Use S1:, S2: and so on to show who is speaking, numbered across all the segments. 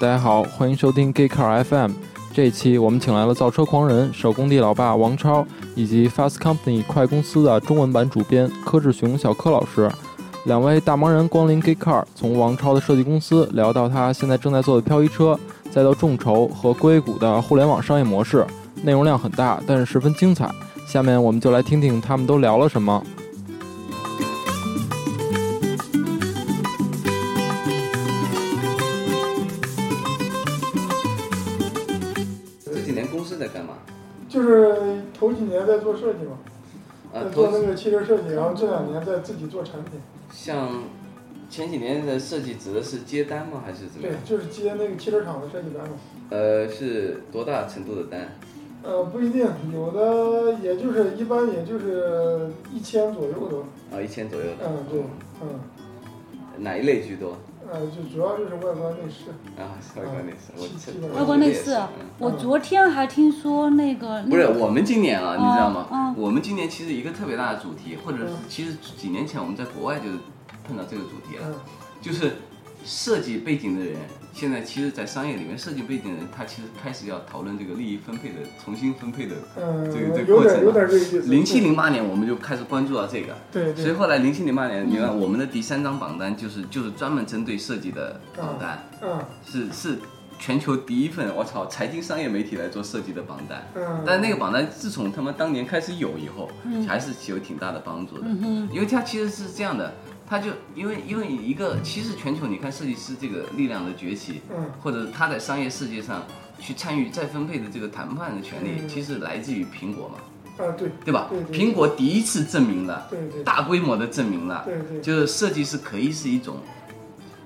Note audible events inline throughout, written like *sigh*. S1: 大家好，欢迎收听 Gay Car FM。这一期我们请来了造车狂人、手工地老爸王超，以及 Fast Company 快公司的中文版主编柯志雄小柯老师。两位大忙人光临 Gay Car，从王超的设计公司聊到他现在正在做的漂移车，再到众筹和硅谷的互联网商业模式，内容量很大，但是十分精彩。下面我们就来听听他们都聊了什么。
S2: 这几年公司在干嘛？
S3: 就是头几年在做设计嘛，
S2: 呃
S3: 在，做
S2: 投
S3: 那个汽车设计，然后这两年在自己做产品。
S2: 像前几年的设计指的是接单吗？还是怎么
S3: 对
S2: 样？，
S3: 就是接那个汽车厂的设计单嘛。
S2: 呃，是多大程度的单？
S3: 呃，不一定，有的也就是一般也就是一千左右的。
S2: 啊，一千左右的。哦
S3: 嗯，对，嗯，
S2: 哪一类居多？
S3: 呃，就主要就是外观内饰。
S2: 啊， *laughs* 外观类似，我
S3: 嗯七
S2: 这
S3: 七万
S2: 我
S4: 外观类
S2: 觉
S4: 似
S2: 得也是嗯
S4: 我昨天还听说那个
S2: 不是我们今年啊，
S4: 哦
S2: 你知道吗
S4: 哦？
S2: 我们今年其实一个特别大的主题，或者是
S3: 嗯
S2: 其实几年前我们在国外就碰到这个主题了，
S3: 嗯，
S2: 就是设计背景的人，现在其实，在商业里面，设计背景的人他其实开始要讨论这个利益分配的重新分配的。这个这
S3: 嗯，
S2: 个过
S3: 有
S2: 程啊
S3: 点有点这个意思。
S2: 零七零八年我们就开始关注到这个，
S3: 对
S2: 所以
S3: 对，
S2: 后来零七零八年，你看我们的第三张榜单就是就是专门针对设计的榜单，
S3: 嗯
S2: 是是全球第一份，我操，财经商业媒体来做设计的榜单。
S3: 嗯。
S2: 但那个榜单自从他们当年开始有以后，还是有挺大的帮助的，
S3: 嗯
S2: 因为它其实是这样的，它就因为因为一个其实全球你看设计师这个力量的崛起，
S3: 嗯
S2: 或者他在商业世界上去参与再分配的这个谈判的权利，
S3: 嗯
S2: 其实来自于苹果嘛，
S3: 啊，对
S2: 对吧？
S3: 对对
S2: 苹果第一次证明了，
S3: 对对
S2: 大规模的证明了，
S3: 对对，
S2: 就是设计是可以是一种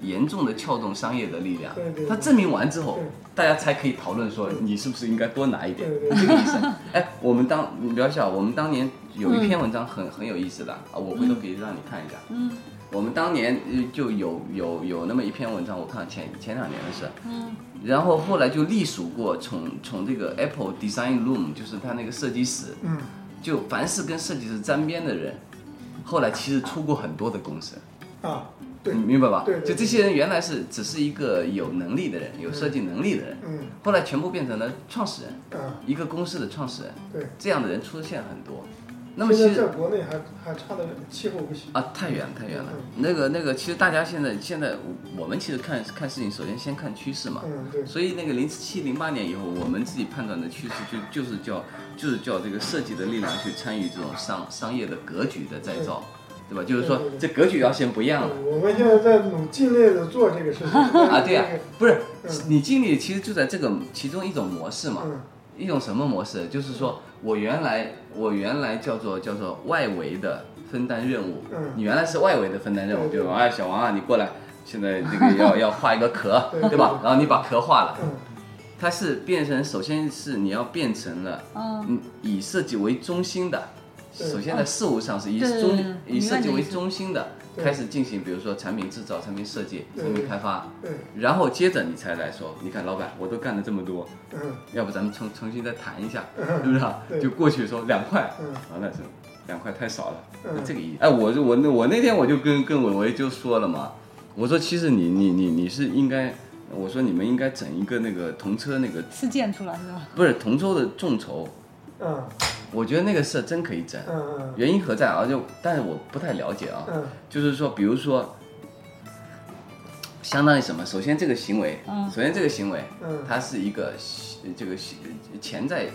S2: 严重的撬动商业的力量
S3: 对对。对
S2: 它证明完之后
S3: 对，
S2: 大家才可以讨论说你是不是应该多拿一点，
S3: 对对
S2: 这个意思。 *laughs* 哎，我们当你不要笑，我们当年有一篇文章很很有意思的啊，我回头可以让你看一下。嗯。我们当年呃就有有有那么一篇文章，我看前前两年的事，
S4: 嗯
S2: 然后后来就隶属过从从这个 Apple Design Room，就是它那个设计室，
S3: 嗯，
S2: 就凡是跟设计师沾边的人，后来其实出过很多的公司，
S3: 啊，对
S2: 你，明白吧？
S3: 对对对
S2: 就这些人原来是只是一个有能力的人，有设计能力的人，
S3: 嗯
S2: 后来全部变成了创始人，
S3: 啊，
S2: 一个公司的创始人，
S3: 对。
S2: 这样的人出现很多。那么其
S3: 现在
S2: 实
S3: 在国内还还差的气候不行。
S2: 啊，太远了太远了。
S3: 嗯
S2: 那个那个，其实大家现在现在我我们其实看看事情，首先先看趋势嘛。
S3: 嗯，对，
S2: 所以那个零七零八年以后，我们自己判断的趋势就就是叫就是叫这个设计的力量去参与这种商商业的格局的再造，对吧？就是说
S3: 对对
S2: 这格局要先不一样了。
S3: 我们现在在努尽力的做这个事情。
S2: 啊，对呀、不是
S3: 嗯
S2: 你经理其实就在这个其中一种模式嘛，
S3: 嗯
S2: 一种什么模式？就是说我原来我原来叫做叫做外围的分担任务，
S3: 嗯
S2: 你原来是外围的分担任务，
S3: 对
S2: 对吧？哎，小王啊，你过来，现在这个
S3: *laughs*
S2: 要要画一个壳，
S3: 对
S2: 对吧？然后你把壳画了，
S3: 嗯
S2: 它是变成首先是你要变成了
S4: 嗯，
S2: 嗯以设计为中心的，
S3: 对
S2: 首先在事务上是以
S4: 啊对对对对
S2: 中以
S4: 明白
S2: 设计
S4: 你的
S2: 为
S4: 意思
S2: 中心的
S3: 对
S2: 开始进行，比如说产品制造、产品设计、
S3: 对
S2: 产品
S3: 对
S2: 开发。
S3: 对，
S2: 然后接着你才来说，你看老板，我都干了这么多，
S3: 嗯
S2: 要不咱们重重新再谈一下，是
S3: 嗯
S2: 不是啊？
S3: 对
S2: 就过去说两块，
S3: 嗯
S2: 啊，那是两块太少了，那
S3: 嗯，
S2: 这个意义。哎，我我那我那天我就跟跟伟伟就说了嘛，我说其实你你你你是应该，我说你们应该整一个那个同车那个
S4: 是建出来是吧？
S2: 不是同舟的众筹，
S3: 嗯
S2: 我觉得那个事儿真可以整。
S3: 嗯
S2: 原因何在啊？就但是我不太了解啊，
S3: 嗯
S2: 就是说，比如说，相当于什么？首先这个行为，
S4: 嗯
S2: 首先这个行为，
S3: 嗯
S2: 它是一个呃这个呃钱在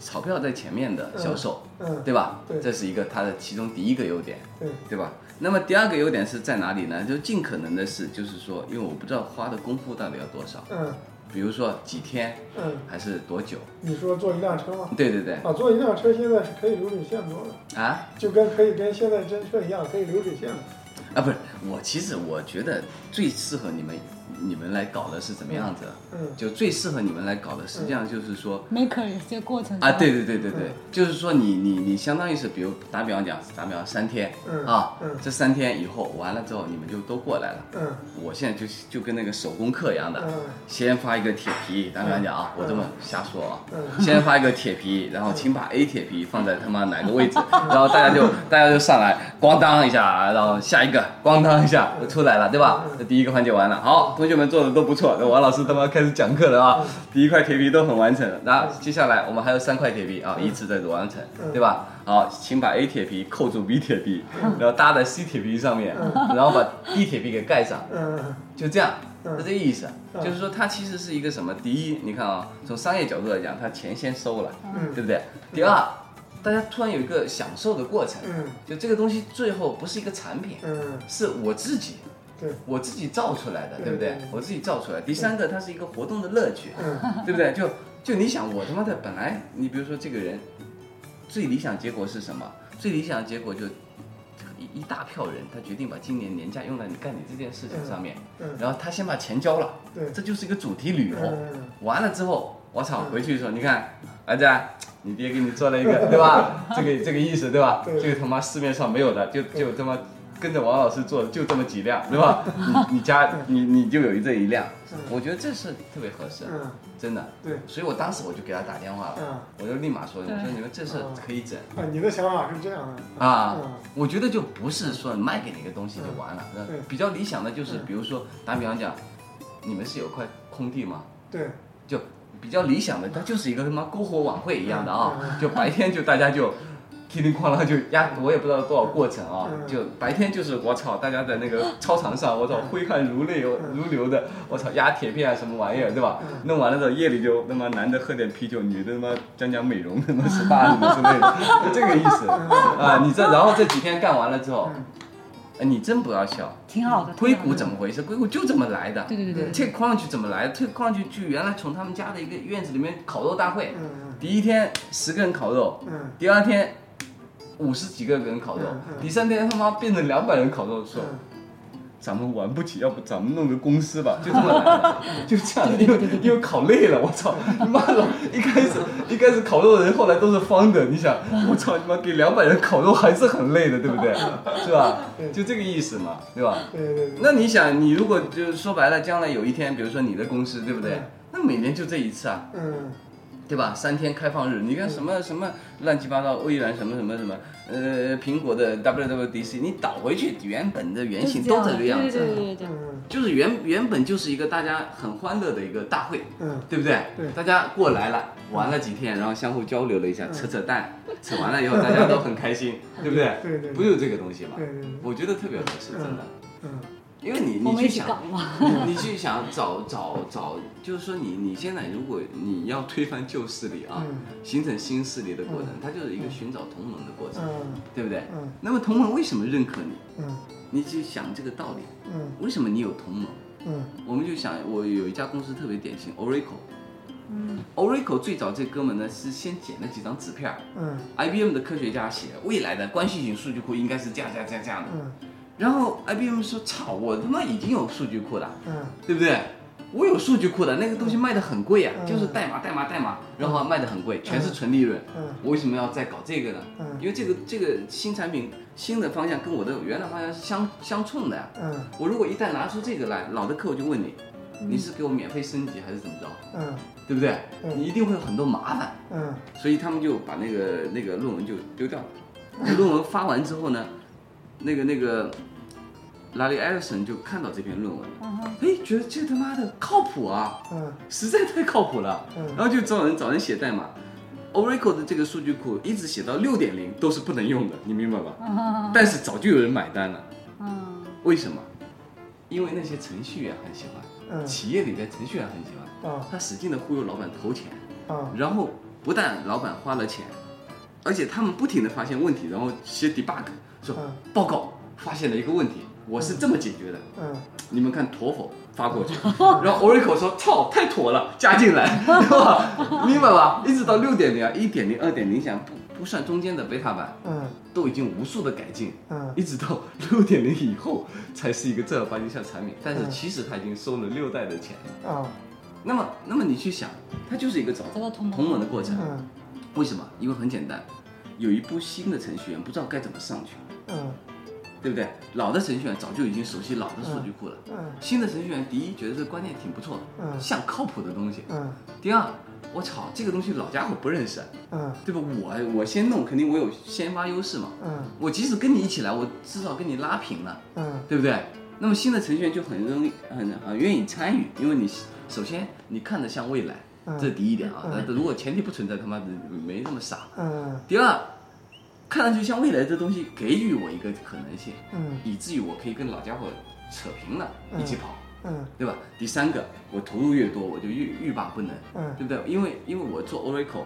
S2: 钞票在前面的销售，
S3: 嗯，
S2: 对吧？
S3: 对
S2: 这是一个它的其中第一个优点，
S3: 对，
S2: 对吧？那么第二个优点是在哪里呢？就尽可能的是，就是说，因为我不知道花的功夫到底要多少，
S3: 嗯
S2: 比如说几天
S3: 嗯，
S2: 还是多久？
S3: 你说坐一辆车吗？
S2: 对对对，
S3: 啊，坐一辆车现在是可以流水线做的，
S2: 啊
S3: 就跟可以跟现在真车一样，可以流水线的。
S2: 啊，不是，我其实我觉得最适合你们你们来搞的是怎么样子？
S3: 嗯
S2: 就最适合你们来搞的，实际上就是说。
S4: maker 这个过程
S2: 啊，
S4: 是吧
S2: 对对对对对
S3: 嗯，
S2: 就是说你你你相当于是，比如打比方讲，打比方三天
S3: 嗯
S2: 啊
S3: 嗯，
S2: 这三天以后完了之后，你们就都过来了。
S3: 嗯
S2: 我现在就就跟那个手工课一样的，
S3: 嗯
S2: 先发一个铁皮，打比方讲啊，
S3: 嗯
S2: 我这么瞎说啊。
S3: 嗯
S2: 先发一个铁皮，然后请把 A 铁皮放在他妈哪个位
S3: *laughs*
S2: 置，然后大家就大家就上
S3: 嗯
S2: 来，咣当一下，然后下一个咣当一下就出来了，对吧？这第一个环节完了，好，同学们做的都不错。那王老师他妈开始讲课了啊
S3: 嗯！
S2: 第一块 KB 都很完成了，那接下来我们还有三块铁皮啊，依次的完成，
S3: 嗯
S2: 对吧？好，请把 A 铁皮扣住 B 铁皮，
S3: 嗯
S2: 然后搭在 C 铁皮上面，然后把 D 铁皮给盖上，
S3: 嗯
S2: 就这样，
S3: 嗯
S2: 是这个意思。
S3: 嗯
S2: 就是说，它其实是一个什么？第一，你看啊，从商业角度来讲，它钱先收了，对
S3: 嗯
S2: 不对？第二，大家突然有一个享受的过程，
S3: 嗯
S2: 就这个东西最后不是一个产品，
S3: 嗯
S2: 是我自己，
S3: 对
S2: 我自己造出来的，对不对
S3: 对对？
S2: 我自己造出来。第三个，它是一个活动的乐
S3: *laughs*
S2: 趣，
S3: 嗯
S2: 对不对？就就你想，我他妈的本来，你比如说这个人，最理想结果是什么？最理想的结果就一一大票人，他决定把今年年假用在你干你这件事情上面，
S3: 嗯，
S2: 然后他先把钱交了，
S3: 对，
S2: 这就是一个主题旅游。
S3: 嗯
S2: 完了之后，我操，
S3: 嗯
S2: 回去的时候，你看，儿子啊，你爹给你做了一个，对吧？这个这个意思，对吧？
S3: 对
S2: 这个他妈市面上没有的，就就他妈跟着王老师做的，就这么几辆，对吧？你你家你你就有一这一辆，
S3: 嗯
S2: 我觉得这是特别合适，
S3: 嗯
S2: 真的。
S3: 对，
S2: 所以我当时我就给他打电话了，
S3: 嗯
S2: 我就立马说，我
S4: 对
S2: 说你们这事可以整
S3: 啊，你的想法是这样的
S2: 啊。
S3: 嗯
S2: 我觉得就不是说卖给你一个东西就完了，
S3: 嗯
S2: 那
S3: 对
S2: 比较理想的就是，
S3: 嗯
S2: 比如说打比方讲，你们是有块空地吗？
S3: 对，
S2: 就比较理想的，它就是一个他妈篝火晚会一样的啊、
S3: 嗯
S2: 就白天就大家就。 *laughs* 叮叮哐啷就压，我也不知道多少过程啊！
S3: 嗯
S2: 就白天就是我操，大家在那个操场上，我操
S3: 嗯
S2: 挥汗如泪
S3: 嗯
S2: 如流的，我操压铁片啊什么玩意儿，对吧
S3: 嗯？
S2: 弄完了之后夜里就他妈男的喝点啤酒，女的他妈讲讲美容他
S3: *laughs*
S2: 妈 SPA 什么之类的，就这个意思啊！你这然后这几天干完了之后，
S3: 嗯
S2: 哎你真不要笑，
S4: 挺好的。
S2: 硅
S4: 挺好
S2: 谷
S4: 的
S2: 怎么回事？硅谷就这么来的，
S4: 对对对对，
S2: 这矿上去怎么来？这矿上去就原来从他们家的一个院子里面烤肉大会，
S3: 嗯
S2: 第一天十个人烤肉，
S3: 嗯
S2: 第二天五十几个人烤肉
S3: 嗯，嗯
S2: 第三天他妈变成两百人烤肉，说
S3: 嗯
S2: 咱们玩不起，要不咱们弄个公司
S3: *laughs*
S2: 吧，就这么来的，就这样，又又烤累了，我操，你妈的！一开始一开始烤肉的人，后来都是方的，你想，我操，你妈给两百人烤肉还是很累的，对不对？是吧？
S3: 嗯对
S2: 就这个意思嘛，对吧？
S3: 对对对，
S2: 那你想，你如果就是说白了，将来有一天，比如说你的公司，对不对
S3: 嗯？
S2: 那每年就这一次啊，
S3: 嗯
S2: 对吧？三天开放日，你看什么什么乱七八糟，微软什么什么什么，呃，苹果的 WWDC，你倒回去原本的原型都这个样子，
S4: 对对对对对，
S3: 嗯
S2: 就是原原本就是一个大家很欢乐的一个大会，
S3: 嗯
S2: 对不对？
S3: 对
S2: 大家过来了，玩了几天，然后相互交流了一下，
S3: 嗯
S2: 扯扯淡，扯完了以后大家都很开心，对不对？
S3: 对对
S2: 不
S3: 对
S2: 就这个东西吗？
S3: 对对，
S2: 我觉得特别合适，真的，
S3: 嗯
S2: 因为你
S4: 我
S2: 你
S4: 们一
S2: 去
S4: 起
S2: 想。
S4: 搞啊 *laughs* 嘛。
S3: *laughs*
S2: 你去想找找找，就是说你你现在如果你要推翻旧势力啊，
S3: 嗯
S2: 形成新势力的过程，它就是一个寻找同盟的过程，
S3: 嗯
S2: 对不对？
S3: 嗯
S2: 那么同盟为什么认可你？
S3: 嗯
S2: 你去想这个道理，
S3: 嗯
S2: 为什么你有同盟？
S3: 嗯
S2: 我们就想，我有一家公司特别典型，Oracle。
S4: 嗯
S2: Oracle 最早这哥们呢是先捡了几张纸片儿
S3: 嗯
S2: ，IBM 的科学家写未来的关系型数据库应该是这样这样这样这样的，
S3: 嗯
S2: 然后 IBM 说操，我他妈已经有数据库了。
S3: 嗯
S2: 对不对？我有数据库的，那个东西卖的很贵呀、
S3: 嗯
S2: 就是代码代码代码，然后卖的很贵，全是纯利润。
S3: 嗯
S2: 我为什么要再搞这个呢？
S3: 嗯
S2: 因为这个这个新产品新的方向跟我的原来方向是相相冲的呀、
S3: 嗯
S2: 我如果一旦拿出这个来，老的客户就问你，你是给我免费升级还是怎么着？
S3: 嗯
S2: 对不对？
S3: 嗯
S2: 你一定会有很多麻烦，
S3: 嗯
S2: 所以他们就把那个那个论文就丢掉了。那论文发完之后呢，那个那个拉里艾尔森就看到这篇论文，
S4: 嗯哼，
S2: 哎，觉得这他妈的靠谱啊，
S3: 嗯
S2: 实在太靠谱了。
S3: 嗯
S2: 然后就找人找人写代码，Oracle 的这个数据库一直写到六点零都是不能用的，你明白吧？
S4: 嗯哼
S2: 但是早就有人买单了，
S4: 嗯
S2: 为什么？因为那些程序员很喜欢，
S3: 嗯
S2: 企业里面程序员很喜欢，
S3: 啊
S2: 他使劲的忽悠老板投钱，
S3: 啊
S2: 然后不但老板花了钱，而且他们不停的发现问题，然后写 debug 说
S3: 嗯
S2: 报告发现了一个问题，我是这么解决的，
S3: 嗯
S2: 你们看妥否发过去，然后 Oracle 说操太妥了，加进来，对吧？明白吧？一直到六点零啊，一点零、二点零，想不不算中间的贝塔版，
S3: 嗯
S2: 都已经无数的改进，
S3: 嗯
S2: 一直到六点零以后才是一个正儿八经像产品。但是其实它已经收了六代的钱。
S3: 啊
S2: 那么，那么你去想，它就是一个找
S4: 这个同盟
S2: 同盟的过程。
S3: 嗯
S2: 为什么？因为很简单，有一波新的程序员不知道该怎么上去，
S3: 嗯
S2: 对不对？老的程序员早就已经熟悉老的数据库了。
S3: 嗯
S2: 新的程序员，第一觉得这观念挺不错的，
S3: 嗯
S2: 像靠谱的东西；
S3: 嗯
S2: 第二，我操，这个东西老家伙不认识，啊
S3: 嗯
S2: 对吧？我我先弄，肯定我有先发优势嘛。
S3: 嗯
S2: 我即使跟你一起来，我至少跟你拉平了，
S3: 嗯
S2: 对不对？那么新的程序员就很容易很很愿意参与，因为你首先你看得向未来，
S3: 嗯
S2: 这是第一点啊。
S3: 嗯
S2: 但如果前提不存在，他妈的没那么傻。
S3: 嗯
S2: 第二，看上去像未来这东西给予我一个可能性，
S3: 嗯
S2: 以至于我可以跟老家伙扯平了，
S3: 嗯
S2: 一起跑，
S3: 嗯
S2: 对吧？第三个，我投入越多，我就越欲罢不能，
S3: 嗯
S2: 对不对？因为因为我做 Oracle，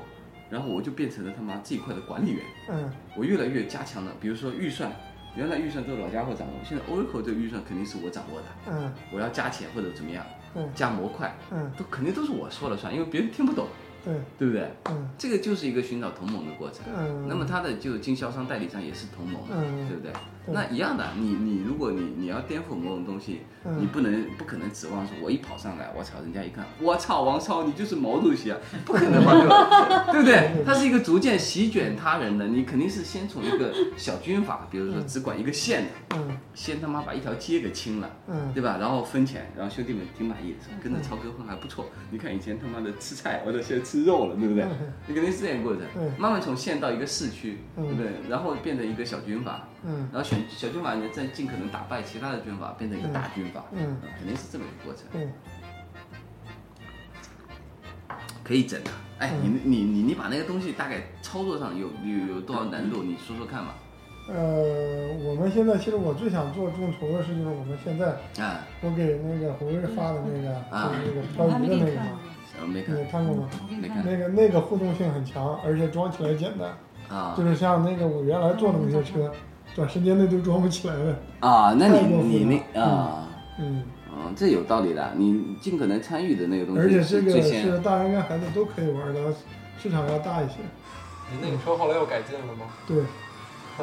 S2: 然后我就变成了他妈这一块的管理员，
S3: 嗯
S2: 我越来越加强了，比如说预算。原来预算都是老家伙掌握，现在 Oracle 这个预算肯定是我掌握的。
S3: 嗯
S2: 我要加钱或者怎么样，
S3: 嗯
S2: 加模块，
S3: 嗯，
S2: 都肯定都是我说了算，因为别人听不懂，
S3: 对，
S2: 对不对？
S3: 嗯
S2: 这个就是一个寻找同盟的过程。
S3: 嗯。
S2: 那么它的就经销商代理商也是同盟，
S3: 嗯
S2: 对不对？
S3: 对
S2: 那一样的，你你如果你你要颠覆某种东西，
S3: 嗯
S2: 你不能不可能指望说我一跑上来，我操，人家一看，我操，王超你就是毛主席啊，不可能嘛，对
S3: *laughs*
S2: 吧？对不对？它是一个逐渐席卷他人的，你肯定是先从一个小军阀，比如说只管一个县的，
S3: 嗯
S2: 先他妈把一条街给清了。
S3: 嗯
S2: 对吧？然后分钱，然后兄弟们挺满意的，说跟着超哥混还不错。你看以前他妈的吃菜，我到现在吃肉了，对
S3: *laughs*
S2: 不对
S3: 嗯？
S2: 你肯定是这样过程
S3: 嗯，
S2: 慢慢从县到一个市区，
S3: 嗯
S2: 对不对？然后变成一个小军阀，
S3: 嗯
S2: 然后选小军阀，你再尽可能打败其他的军阀，变成一个大军阀，
S3: 嗯
S2: 嗯，肯定是这么一个过程，
S3: 对，
S2: 可以整的。哎，你
S3: 嗯
S2: 你你你把那个东西大概操作上有有有多少难度？你说说看嘛。
S3: 呃，我们现在其实我最想做众筹的事就是我们现在
S2: 啊，
S3: 我给那个胡瑞发的那个
S2: 啊
S3: 就是那个漂
S4: 我还没
S3: 移的
S4: 给
S3: 那
S4: 你
S3: 个
S4: 看
S2: 我没看
S3: 嘛你看
S4: 过，，
S3: 过吗？
S4: 我给
S2: 没
S4: 你
S2: 看
S4: 看
S3: 那个那个互动性很强，而且装起来简单，
S2: 啊
S3: 就是像那个我原来做的那些车，短时间内都装不起来的。
S2: 啊，那你
S3: 太过分
S2: 你
S3: 了
S2: 那啊。
S3: 嗯，
S2: 嗯，这有道理的。你尽可能参与的那个东
S3: 而且
S2: 西
S3: 这
S2: 是
S3: 个
S2: 最先
S3: 是大人跟孩子都可以玩的，市场要大一些。
S5: 你那个车后来又改进了吗？
S3: 对，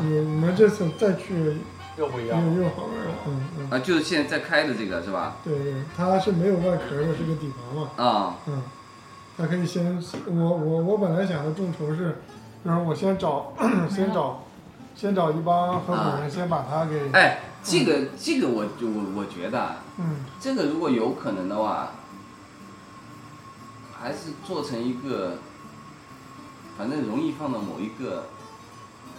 S3: 你你们这次再去
S5: 又不一样
S3: 又
S5: 了。
S3: 又好玩了。嗯嗯，
S2: 啊，就是现在在开的这个是吧？
S3: 对对，它是没有外壳的，是个底盘嘛。
S2: 啊、
S3: 嗯，它可以先，我我我本来想的众筹是，就是我先找 *clears throat* 先找先找一帮合伙人，先把它给
S2: 哎，这个这个我就我我觉得啊，
S3: 嗯
S2: 这个如果有可能的话，还是做成一个，反正容易放到某一个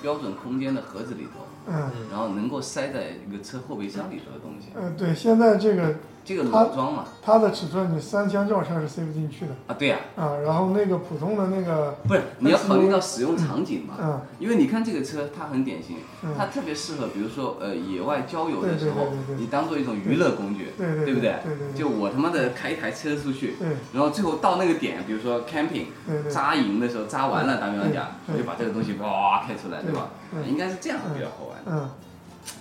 S2: 标准空间的盒子里头，
S3: 嗯
S2: 然后能够塞在一个车后备箱里头的东西，
S3: 呃对，现在这个
S2: 这个裸装嘛。
S3: 它的尺寸你三厢轿车是塞不进去的
S2: 啊，对呀、
S3: 啊，然后那个普通的那个
S2: 不是你要考虑到使用场景嘛。
S3: 嗯
S2: 因为你看这个车，它很典型，
S3: 嗯
S2: 它特别适合，比如说呃野外郊游的时候
S3: 对对对对，对
S2: 你当做一种娱乐工具，
S3: 对对对
S2: 不对
S3: 对对？对
S2: 就我他妈的开一台车出去，
S3: 对
S2: 然后最后到那个点，比如说 camping
S3: 对对
S2: 扎营的时候扎完了，打比方讲，
S3: 对对
S2: 我就把这个东西哇开出来，
S3: 对
S2: 对吧？哎
S3: 嗯
S2: 应该是这样比较好玩，
S3: 嗯，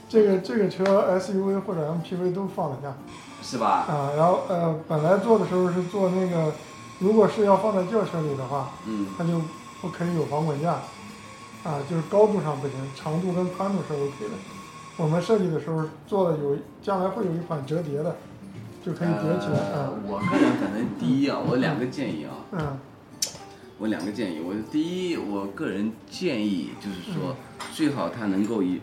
S3: 这个这个车 SUV 或者 MPV 都放得下
S2: 是吧？
S3: 啊，然后呃本来做的时候是做那个，如果是要放在轿车里的话，
S2: 嗯
S3: 它就不可以有防滚架，啊，就是高度上不行，长度跟宽度是 OK 的。我们设计的时候做的有，将来会有一款折叠的，就可以叠起来
S2: 呃
S3: 啊。
S2: 我个人可能第一啊，我两个建议啊，
S3: 嗯
S2: 我两个建议，我第一，我个人建议就是说，
S3: 嗯
S2: 最好它能够以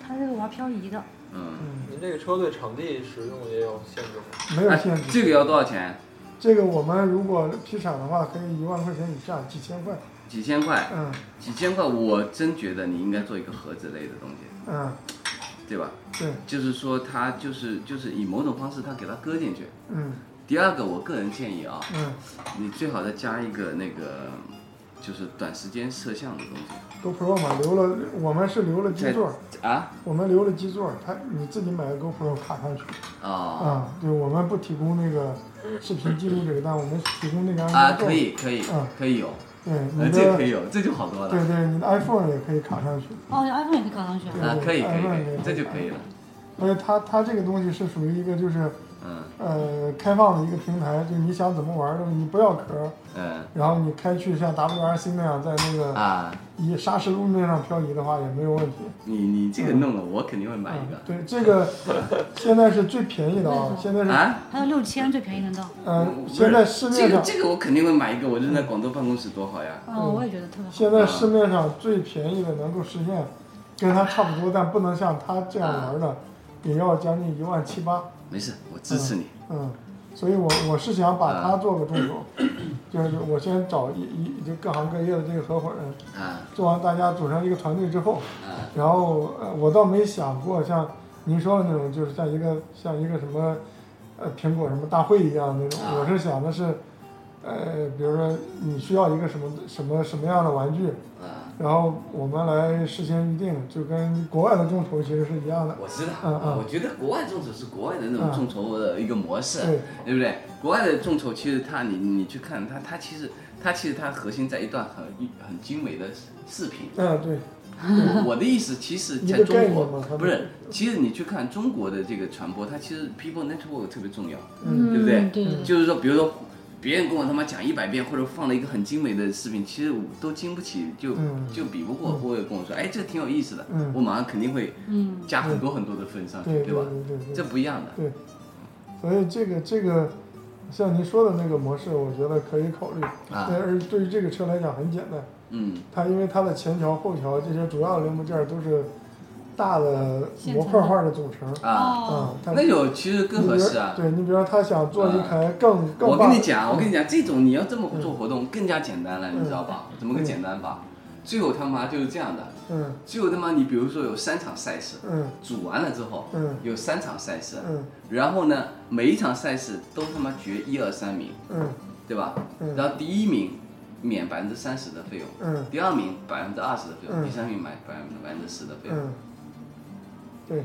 S4: 他这个玩漂移的，
S2: 嗯。啊
S3: 嗯，
S5: 您这个车对场地使用也有限制吗？
S3: 没有限制。
S2: 这个要多少钱？
S3: 这个我们如果批产的话，可以一万块钱以下，几千块。
S2: 几千块，
S3: 嗯
S2: 几千块，我真觉得你应该做一个盒子类的东西，
S3: 嗯，
S2: 对吧？
S3: 对，
S2: 就是说，它就是就是以某种方式，它给它搁进去。
S3: 嗯
S2: 第二个，我个人建议啊，
S3: 嗯，
S2: 你最好再加一个那个，就是短时间摄像的东西
S3: 都 Pro 嘛，留了，我们是留了基座，
S2: 啊
S3: 我们留了基座，它你自己买个 GoPro 卡上去。
S2: 啊
S3: 啊，对，我们不提供那个视频记录这个，但我们提供那个
S2: 啊，
S3: 安全
S2: 可
S3: 带。
S2: 以可以
S3: 嗯
S2: 可以有，
S3: 对，
S2: 呃，
S3: 你
S2: 这个
S3: 的
S2: 可以有，这就好多了
S3: 对对，你的 iPhone 也可以卡上去，
S4: 哦，iPhone 也可以搞上去啊。
S2: 啊，可以可以，可以
S3: 对对
S2: 这就可以了，
S3: 而且它它这个东西是属于一个就是
S2: 嗯
S3: 呃开放的一个平台，就你想怎么玩儿都你不要壳儿，
S2: 嗯
S3: 然后你开去像 WRC 那样在那个
S2: 啊，
S3: 以砂石路面上漂移的话也没有问题。啊
S2: 你你这个弄了，我肯定会买一个
S3: 对，这个现在是最便宜的啊，现在是
S2: 啊。
S4: 还有六千最便宜能到，
S3: 呃
S2: 不是
S3: 现在市面
S2: 这个
S3: 上
S2: 这个我肯定会买一个，我扔在广州办公室多好呀！
S4: 嗯，我也觉得特别好。
S3: 现在市面上最便宜的能够实现跟它差不多，但不能
S2: 啊
S3: 像它这样玩儿的，也要将近一万七八。
S2: 没事，我支持你。
S3: 嗯，所以我我是想把它做个众
S2: 啊
S3: 筹， *clears throat* 就是我先找一一就各行各业的这个合伙人，
S2: 啊
S3: 做完大家组成一个团队之后，
S2: 啊
S3: 然后呃，我倒没想过像您说的那种，就是像一个像一个什么，呃，苹果什么大会一样那种
S2: 啊。
S3: 我是想的是，呃，比如说你需要一个什么什么什么样的玩具，
S2: 啊！
S3: 然后我们来事先预定，就跟国外的众筹其实是一样的。
S2: 我知道，啊
S3: 嗯嗯
S2: 我觉得国外众筹是国外的那
S3: 嗯
S2: 种众筹的一个模式，
S3: 对
S2: 对不对？国外的众筹其实它，你你去看它，它其实它其实它核心在一段很很精美的视频。
S3: 嗯，对，
S2: 我我的意思，其实在
S3: *laughs* 一个概
S2: 中
S3: 念嘛它
S2: 国不是，其实你去看中国的这个传播，它其实 people network 特别重要。
S3: 嗯
S2: 对不对
S4: 对对
S2: 就是说，比如说别人跟我他妈讲一百遍，或者放了一个很精美的视频，其实我都经不起，就、
S3: 嗯
S2: 就比不过，或者跟我说，哎，这挺有意思的，
S3: 嗯
S2: 我马上肯定会
S4: 嗯，
S2: 加很多很多的分上去，
S3: 对对
S2: 吧？
S3: 对对
S2: 这
S3: 对。
S2: 不一样的，
S3: 所以这个这个，像您说的那个模式，我觉得可以考虑。
S2: 啊
S3: 但是对于这个车来讲很简单。
S2: 嗯
S3: 它因为它的前桥、后桥这些主要的零部件都是大的模块化的组成
S2: 啊，
S3: 啊
S4: 哦，。
S3: 它
S2: 那种其实更合适啊
S3: 你比如。对你比如说他想做一台更、更
S2: 我
S3: 棒
S2: 跟你讲，啊我跟
S3: 嗯
S2: 你讲，这种你要这么做活动更加简单了，你知道吧？怎么个简单法？最后他妈就是这样的，
S3: 嗯
S2: 最后他妈你比如说有三场赛事，
S3: 嗯
S2: 组完了之后
S3: 嗯
S2: 有三场赛事，
S3: 嗯
S2: 然后呢每一场赛事都他妈决一二三名，
S3: 嗯
S2: 对吧？
S3: 嗯
S2: 然后第一名免百分之三十的费用，
S3: 嗯
S2: 第二名百分之二十的费用，
S3: 嗯
S2: 第三名买百百分之十的费用，
S3: 嗯，对，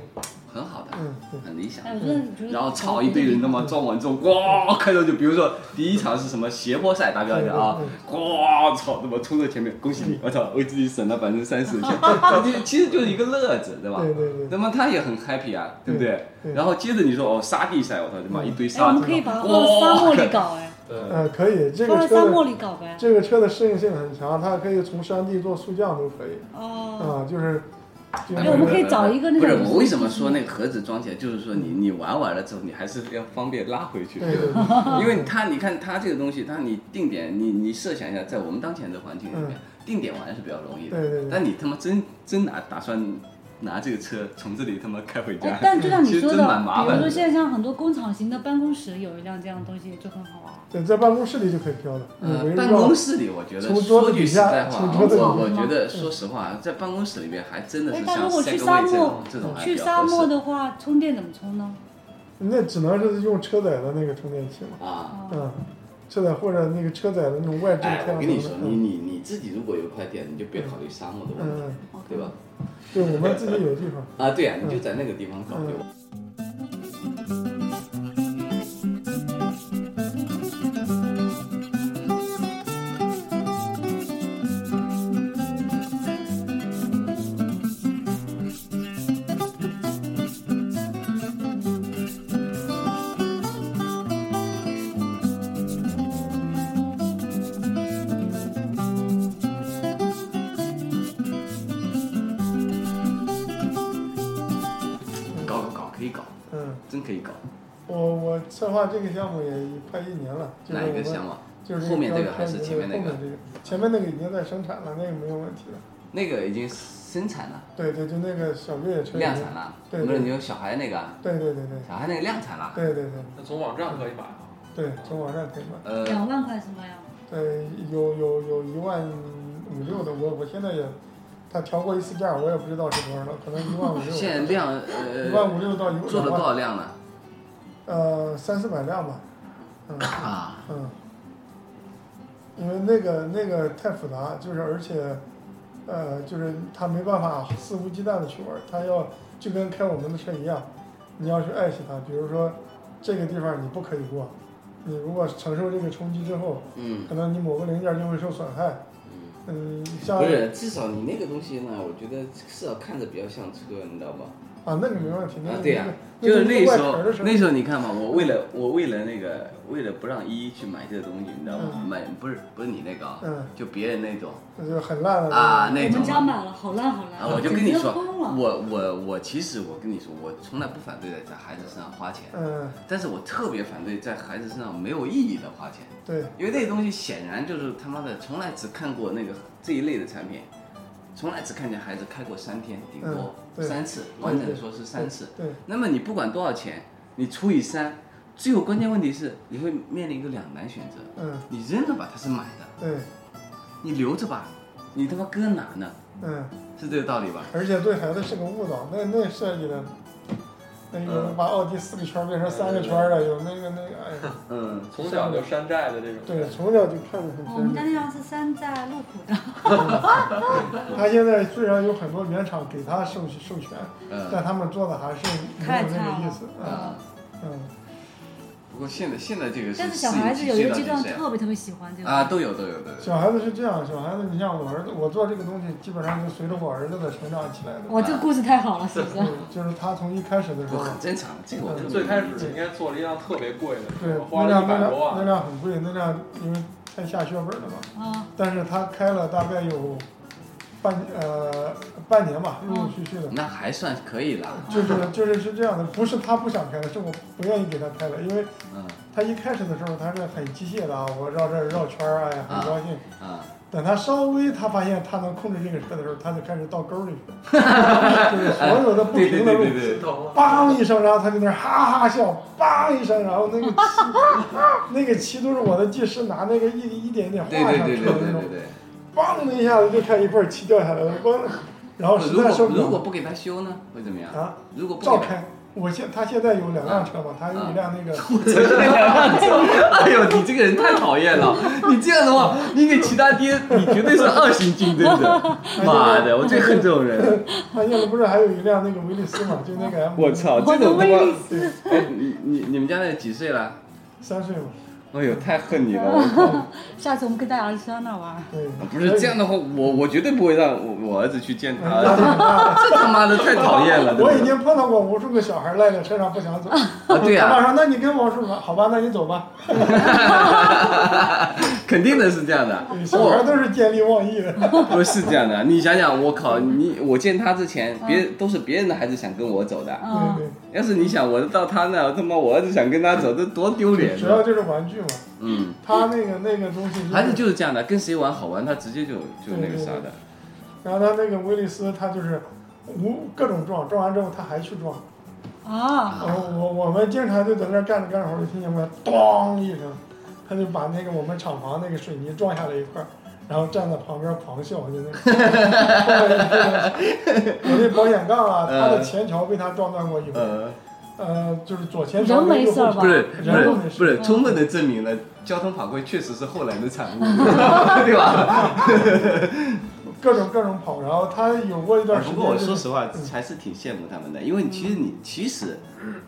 S2: 很好的，
S3: 嗯对
S2: 很理想
S4: 哎，。我觉得你觉得
S2: 然后操一堆人他妈撞完之后，咣开头就比如说第一场是什么斜坡赛，打比方讲啊，咣操他妈冲到前面，恭喜你，我操，为自己省了百分之三十的钱，就其实就是一个乐子，对吧？
S3: 对对对
S2: 那么他也很 happy 啊，对不对
S3: 对？对
S2: 然后接着你说哦沙地赛，我操他妈一堆
S4: 哎，我
S2: 沙
S4: 们
S2: 子，
S4: 可以把它放到沙漠里搞哎，
S5: 对，
S3: 呃，可以这
S4: 放
S3: 个
S4: 到沙
S3: 车
S4: 漠
S3: 的
S4: 里搞呗。
S3: 这个车的适应性很强，它可以从山地做速降都可以
S4: 哦，
S3: 啊、就是就是
S4: 哎我们可以找一个那
S2: 不
S4: 种
S2: 是我为什么说那个盒子装起来，就是说你你玩完了之后，你还是要方便拉回去，
S3: 对对对
S2: 因为它你看它这个东西，它你定点，你你设想一下，在我们当前的环境里面，定点玩是比较容易的。
S3: 嗯对对对
S2: 但你他妈真真拿打算拿这个车从这里他妈开回
S3: 哦
S2: 家
S4: 哎，，但就像你
S2: 其实
S4: 说
S2: 真
S4: 的，
S2: 蛮麻
S4: 比
S2: 烦
S4: 如说
S2: 的。
S4: 现在像很多工厂型的办公室有一辆这样的东西就很好啊玩。
S3: 对，在办公室里就可以飘了，
S4: 嗯
S2: 呃
S3: 围，
S2: 办
S3: 绕
S2: 公室里，我觉得
S3: 从桌子
S2: 说句
S3: 底
S2: 实
S3: 下
S2: 在话啊，
S3: 从桌子底下嗯
S2: 我我觉得说实话，在办公室里面还真的
S4: 哎
S2: 是
S4: 但
S2: 像
S4: 如果
S2: s
S4: 去
S2: e g
S4: 沙
S2: w
S4: 漠
S2: 这种这种还
S4: 去
S2: 比
S4: 沙
S2: 较合
S4: 漠
S2: 适
S4: 的话，充电怎么充呢？
S3: 那只能是用车载的那个充电器嘛，
S2: 啊。
S3: 嗯，车载或者那个车载的那种外置
S2: 哎
S3: 太，阳
S2: 我跟你说，你
S3: 能。
S2: 你你自己如果有块电，你就别考虑沙漠的问题，
S3: 嗯，
S2: 对吧？
S3: 对，我们自己有地方。
S2: 啊，对呀、你就在那个地方搞
S3: 嗯
S2: 对吧？搞搞搞，可以搞，
S3: 嗯，
S2: 真可以搞。
S3: 我我策划这个项目也快一年了，就是
S2: 哪
S3: 我
S2: 一个
S3: 们
S2: 项目？
S3: 就是
S2: 后面这个
S3: 标
S2: 还是前面那个
S3: 后面这个，前面那个已经在生产了，那个没有问题了。
S2: 那个已经生产了，
S3: 对对，就那个小越野车已经
S2: 量产。了。
S3: 对
S2: 不是
S3: 对
S2: 你有小孩那个啊，
S3: 对对对对
S2: 小孩那个量产了。
S3: 对对对
S5: 那从网站可以买啊。
S3: 对，从网上可以买。
S2: 呃，
S4: 两万块是吗呀？
S3: 对，有有有一万五六的，我我现在也，他调过一次价，我也不知道是多少了，可能一万五六。
S2: 现在量
S3: 一
S2: 呃
S3: 万五六到一
S2: 做了多
S3: 万，
S2: 少辆了？
S3: 呃，三四百辆吧。嗯。
S2: 啊，
S3: 嗯，因为那个那个太复杂，啊就是而且，呃，就是他没办法肆无忌惮的去玩儿，他要就跟开我们的车一样，你要去爱惜它。比如说，这个地方你不可以过，你如果承受这个冲击之后，
S2: 嗯
S3: 可能你某个零件就会受损害。
S2: 嗯，
S3: 嗯，像
S2: 不
S3: 啊，
S2: 是，至少你那个东西呢，我觉得至少看着比较像车，你知道吧？
S3: 那个没问题，那
S2: 啊
S3: 个，
S2: 对呀、
S3: 那
S2: 就
S3: 个
S2: 是那
S3: 个外
S2: 时
S3: 壳
S2: 候
S3: 儿的时，候，
S2: 那时候你看嘛，我为了我为了那个为了不让依依去买这个东西，你知道吧？
S3: 嗯
S2: 买不是不是你那个啊，
S3: 嗯，
S2: 就别人那种
S3: 那就很烂了
S2: 啊
S4: 我
S2: 那种
S4: 们
S2: 啊
S4: 家买了，好烂好烂。
S2: 啊，我就跟你
S4: 简直
S2: 说，
S4: 疯了
S2: 我我我其实我跟你说，我从来不反对在在孩子身上花钱，
S3: 嗯，
S2: 但是我特别反对在孩子身上没有意义的花钱，
S3: 对，
S2: 因为那个东西显然就是他妈的从来只看过那个这一类的产品，从来只看见孩子开过三天，顶多
S3: 嗯对
S2: 三次，
S3: 对
S2: 完整的说是三次。
S3: 对，
S2: 那么你不管多少钱，你除以三，最后关键问题是，你会面临一个两难选择：
S3: 嗯，
S2: 你扔了吧，它是买的；
S3: 对，
S2: 你留着吧，你他妈搁哪呢？
S3: 嗯，
S2: 是这个道理吧？
S3: 而且对孩子是个误导，那那设计的，那有
S2: 嗯
S3: 人把奥迪四个圈儿变成三个圈儿的，有那个那个，哎
S2: *laughs*
S3: 呀，
S2: 嗯，
S5: 从小就山寨的这种。
S3: 对，嗯从小就看着
S4: 哦我们
S3: 很
S4: 家
S3: 真。
S4: 那辆是山寨路虎的，
S3: 他现在虽然有很多原厂给他授授权，
S2: 呃，
S3: 但他们做的还是没
S4: 太
S3: 有那
S4: 差
S3: 个意
S4: 了
S3: 思。
S2: 啊
S4: 嗯
S3: 嗯，
S2: 不过现在现在这个是
S4: 但是小孩子有一个阶段
S2: 适应期
S4: 特别特别喜欢这个
S2: 啊，都有都有都有。
S3: 小孩子是这样，小孩子，你像我儿子，我做这个东西基本上就随着我儿子的成长起来的。
S4: 哇，哦这个故事太好了，是
S2: *laughs*
S4: 不
S3: 对
S4: 是？，
S3: 就是他从一开始的时
S2: 不
S3: 候，
S2: 很正常，这个我特别
S5: 最开始
S2: 理解
S5: 应该做了一辆特别贵
S3: 对
S5: 的，，花
S3: 那辆
S5: 了一
S3: 那
S5: 百
S3: 辆
S5: 多
S3: 那
S5: 万。
S3: 辆很贵，那辆因为太下血本了嘛。
S4: 啊，
S3: 但是他开了大概有半呃半年吧，陆陆续续的。
S2: 那还算可以啦。
S3: 就是就是是这样的，不是他不想开的，是我不愿意给他开的，因为
S2: 嗯
S3: 他一开始的时候他是很机械的啊，我绕这儿绕圈儿，哎呀，很高兴。
S2: 啊，
S3: 等他稍微他发现他能控制这个车的时候，他就开始倒沟里去了，就是所有的不
S2: 对对
S3: 平的
S2: 对
S3: 路
S2: 对对，
S5: 疼了。
S3: 梆一声，然后他就在那儿哈哈笑，梆一声，然后那个漆， *laughs* 那个漆都是我的技师拿那个一一点一点画
S2: 对对
S3: 上
S2: 对
S3: 去
S2: 对
S3: 的
S2: 对
S3: 那
S2: 对
S3: 种，
S2: 对。
S3: 梆的一下子就看一块漆掉下来了，光，然后实
S2: 如
S3: 在
S2: 果
S3: 受不
S2: 如果
S3: 了
S2: 不给他修呢，会怎么样？
S3: 啊，
S2: 如果不
S3: 照
S2: 给他，
S3: 开。我现他现在有两辆车嘛，他有一辆那个，
S2: 我真是两辆车。 *laughs* 哎呦，你这个人太讨厌了！你这样的话，你给其他爹，你绝对是二星军，真的。
S4: *laughs*
S2: 妈的，我最恨这种人！
S3: 他现在不是还有一辆那个威利斯嘛，就那个 M，
S2: 我操，这种他
S4: 威利
S2: 妈……哎，你你你们家那几岁了？
S3: 三岁嘛，
S2: 哎呦，太恨你了！我靠。
S4: 下次我们可以带儿子去他那儿玩儿。
S3: 对，
S2: 啊不是这样的话，我我绝对不会让我我儿子去见
S3: *laughs* 哎，压
S2: 他，
S3: 力很大的。
S2: 这他妈的太讨厌了！
S3: 我
S2: 真
S3: 已
S2: 的
S3: 经碰到过无数个小孩赖在车上不想走，
S2: 啊，对
S3: 他
S2: 呀、
S3: 爸说：“那你跟我说吧，好吧，那你走吧。
S2: 肯定的是这样的”。
S3: 小孩
S2: 我
S3: 都是见利忘义的。
S2: 不是这样的，你想想，我靠，你我见他之前，别都是别人的孩子想跟我走的，
S4: 嗯，
S3: 对
S2: 要是你想我到他那，他妈我儿子想跟他走，这多丢
S3: 对，
S2: 脸
S3: 主要
S2: 啊！
S3: 就是玩具嘛，
S2: 嗯，
S3: 他那个那个东西、就是，
S2: 孩子就是这样的，跟谁玩好玩，他直接就就那个啥的。
S3: 然后他那个威利斯，他就是无各种撞，撞完之后他还去撞。
S4: 啊，
S3: 然后我我们经常就在那儿干着干着活，就听见我咣一声，他就把那个我们厂房那个水泥撞下来一块儿，然后站在旁边狂笑，就那个。 *laughs* 我那保险杠啊，他的前桥被他撞断过一回，
S2: 呃，
S3: 呃，就是左前桥
S4: 人
S3: 跟
S4: 为
S3: 右
S4: 事儿
S3: 后
S4: 吧
S2: 不是不
S3: 人
S2: 是
S3: 都没事
S2: 不是，充分的证明了交通法规确实是后来的产物， *laughs* 对吧？
S3: 各种各种跑，然后他有过一段时
S2: 哎不
S3: 间、
S2: 过我
S3: 就是，
S2: 说实话
S3: 嗯，
S2: 还是挺羡慕他们的，因为其实你其实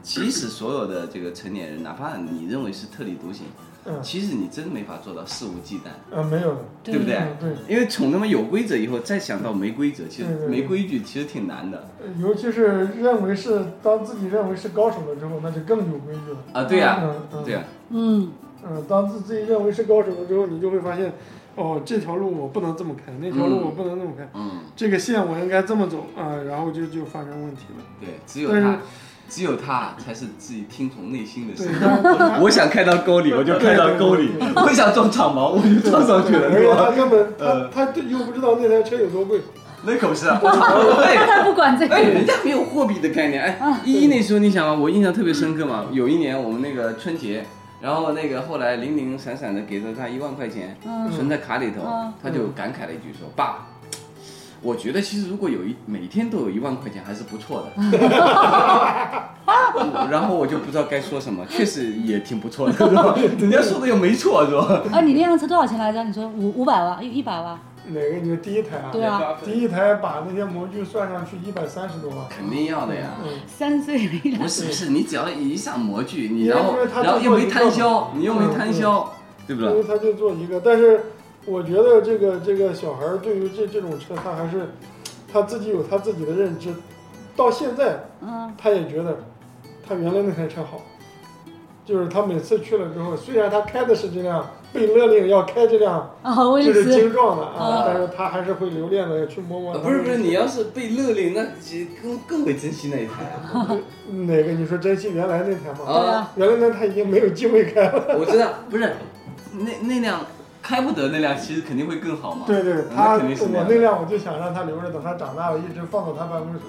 S2: 其实所有的这个成年人，哪怕你认为是特立独行，
S3: 嗯
S2: 其实你真没法做到肆无忌惮，
S3: 呃没有的，
S2: 对不对？
S3: 嗯对，
S2: 因为从他们有规则以后，再想到没规则，其实
S3: 对对对
S2: 没规矩其实挺难的
S3: 呃尤其是认为是当自己认为是高手了之后，那就更有规矩了。
S2: 啊。对呀，
S3: 嗯嗯
S2: 对呀，
S4: 嗯，
S3: 嗯，当自自己认为是高手了之后，你就会发现，哦，这条路我不能这么开，那条路我不能这么开，
S2: 嗯，
S3: 这个线我应该这么走啊、然后就就发生问题了。
S2: 对，只有
S3: 但是
S2: 他，只有他才是自己听从内心的
S3: 对
S2: 声，音。
S3: 但是
S2: 我想开到沟里，我就开到沟里
S3: 对对；
S2: 我想撞厂房，我就撞上去了，
S3: 而
S2: 对
S3: 且
S2: 吧？
S3: 他根本他
S2: 呃
S3: 他就又不知道那台车有多贵，
S2: 那可不是啊！我操，哎
S4: 他才不管这
S2: 哎，
S4: 个。
S2: *laughs* 人家没有货币的概念。哎，一一那时候你想啊，我印象特别深刻嘛。有一年我们那个春节，然后那个后来零零散散的给了他一万块钱，
S4: 嗯
S2: 存在卡里头
S4: 嗯，
S2: 他就感慨了一句说：“爸。”我觉得其实如果有一每天都有一万块钱还是不错的，
S4: *laughs*
S2: 然后我就不知道该说什么，确实也挺不错的，是吧？人家说的又没错，是吧？
S4: 啊，你那辆车多少钱来着？你说五五百万，一一百万？
S3: 哪个？你说第一台啊？
S4: 对啊，
S3: 第一台把那些模具算上去一百三十多万。
S2: 肯定要的呀。
S3: 嗯，
S4: 三岁的一辆
S2: 不是不是，你只要一上模具，你
S3: 因为
S2: 然后
S3: 因为他
S2: 然后
S3: 做
S2: 又没
S3: 过一
S2: 摊
S3: 个
S2: 销，你又没
S3: 嗯
S2: 摊
S3: 嗯
S2: 销，对不
S3: 因
S2: 对？
S3: 为他就做一个，但是我觉得这个这个小孩儿对于这这种车，他还是他自己有他自己的认知，到现在
S4: 嗯，
S3: 他也觉得他原来那台车好，就是他每次去了之后，虽然他开的是这辆被勒令要开这辆
S4: 啊，威
S3: 就
S4: 利
S3: 是
S4: 斯，嗯
S3: 精壮的啊
S2: 啊，
S3: 但是他还是会留恋的去摸摸
S2: 呃
S3: 它。
S2: 不是不是，你要是被勒令，那其实更更会珍惜那一台啊！
S3: 哪个？你说珍惜原来那台吗？
S4: 对啊，
S3: 原来那台已经没有机会开了。
S2: 我知道，不是那那辆开不得那辆，其实肯定会更好嘛。
S3: 对对
S2: 嗯，那
S3: 他
S2: 肯定是那
S3: 我
S2: 样
S3: 那辆我就想让他留着，等他长大了一直放到他办公室。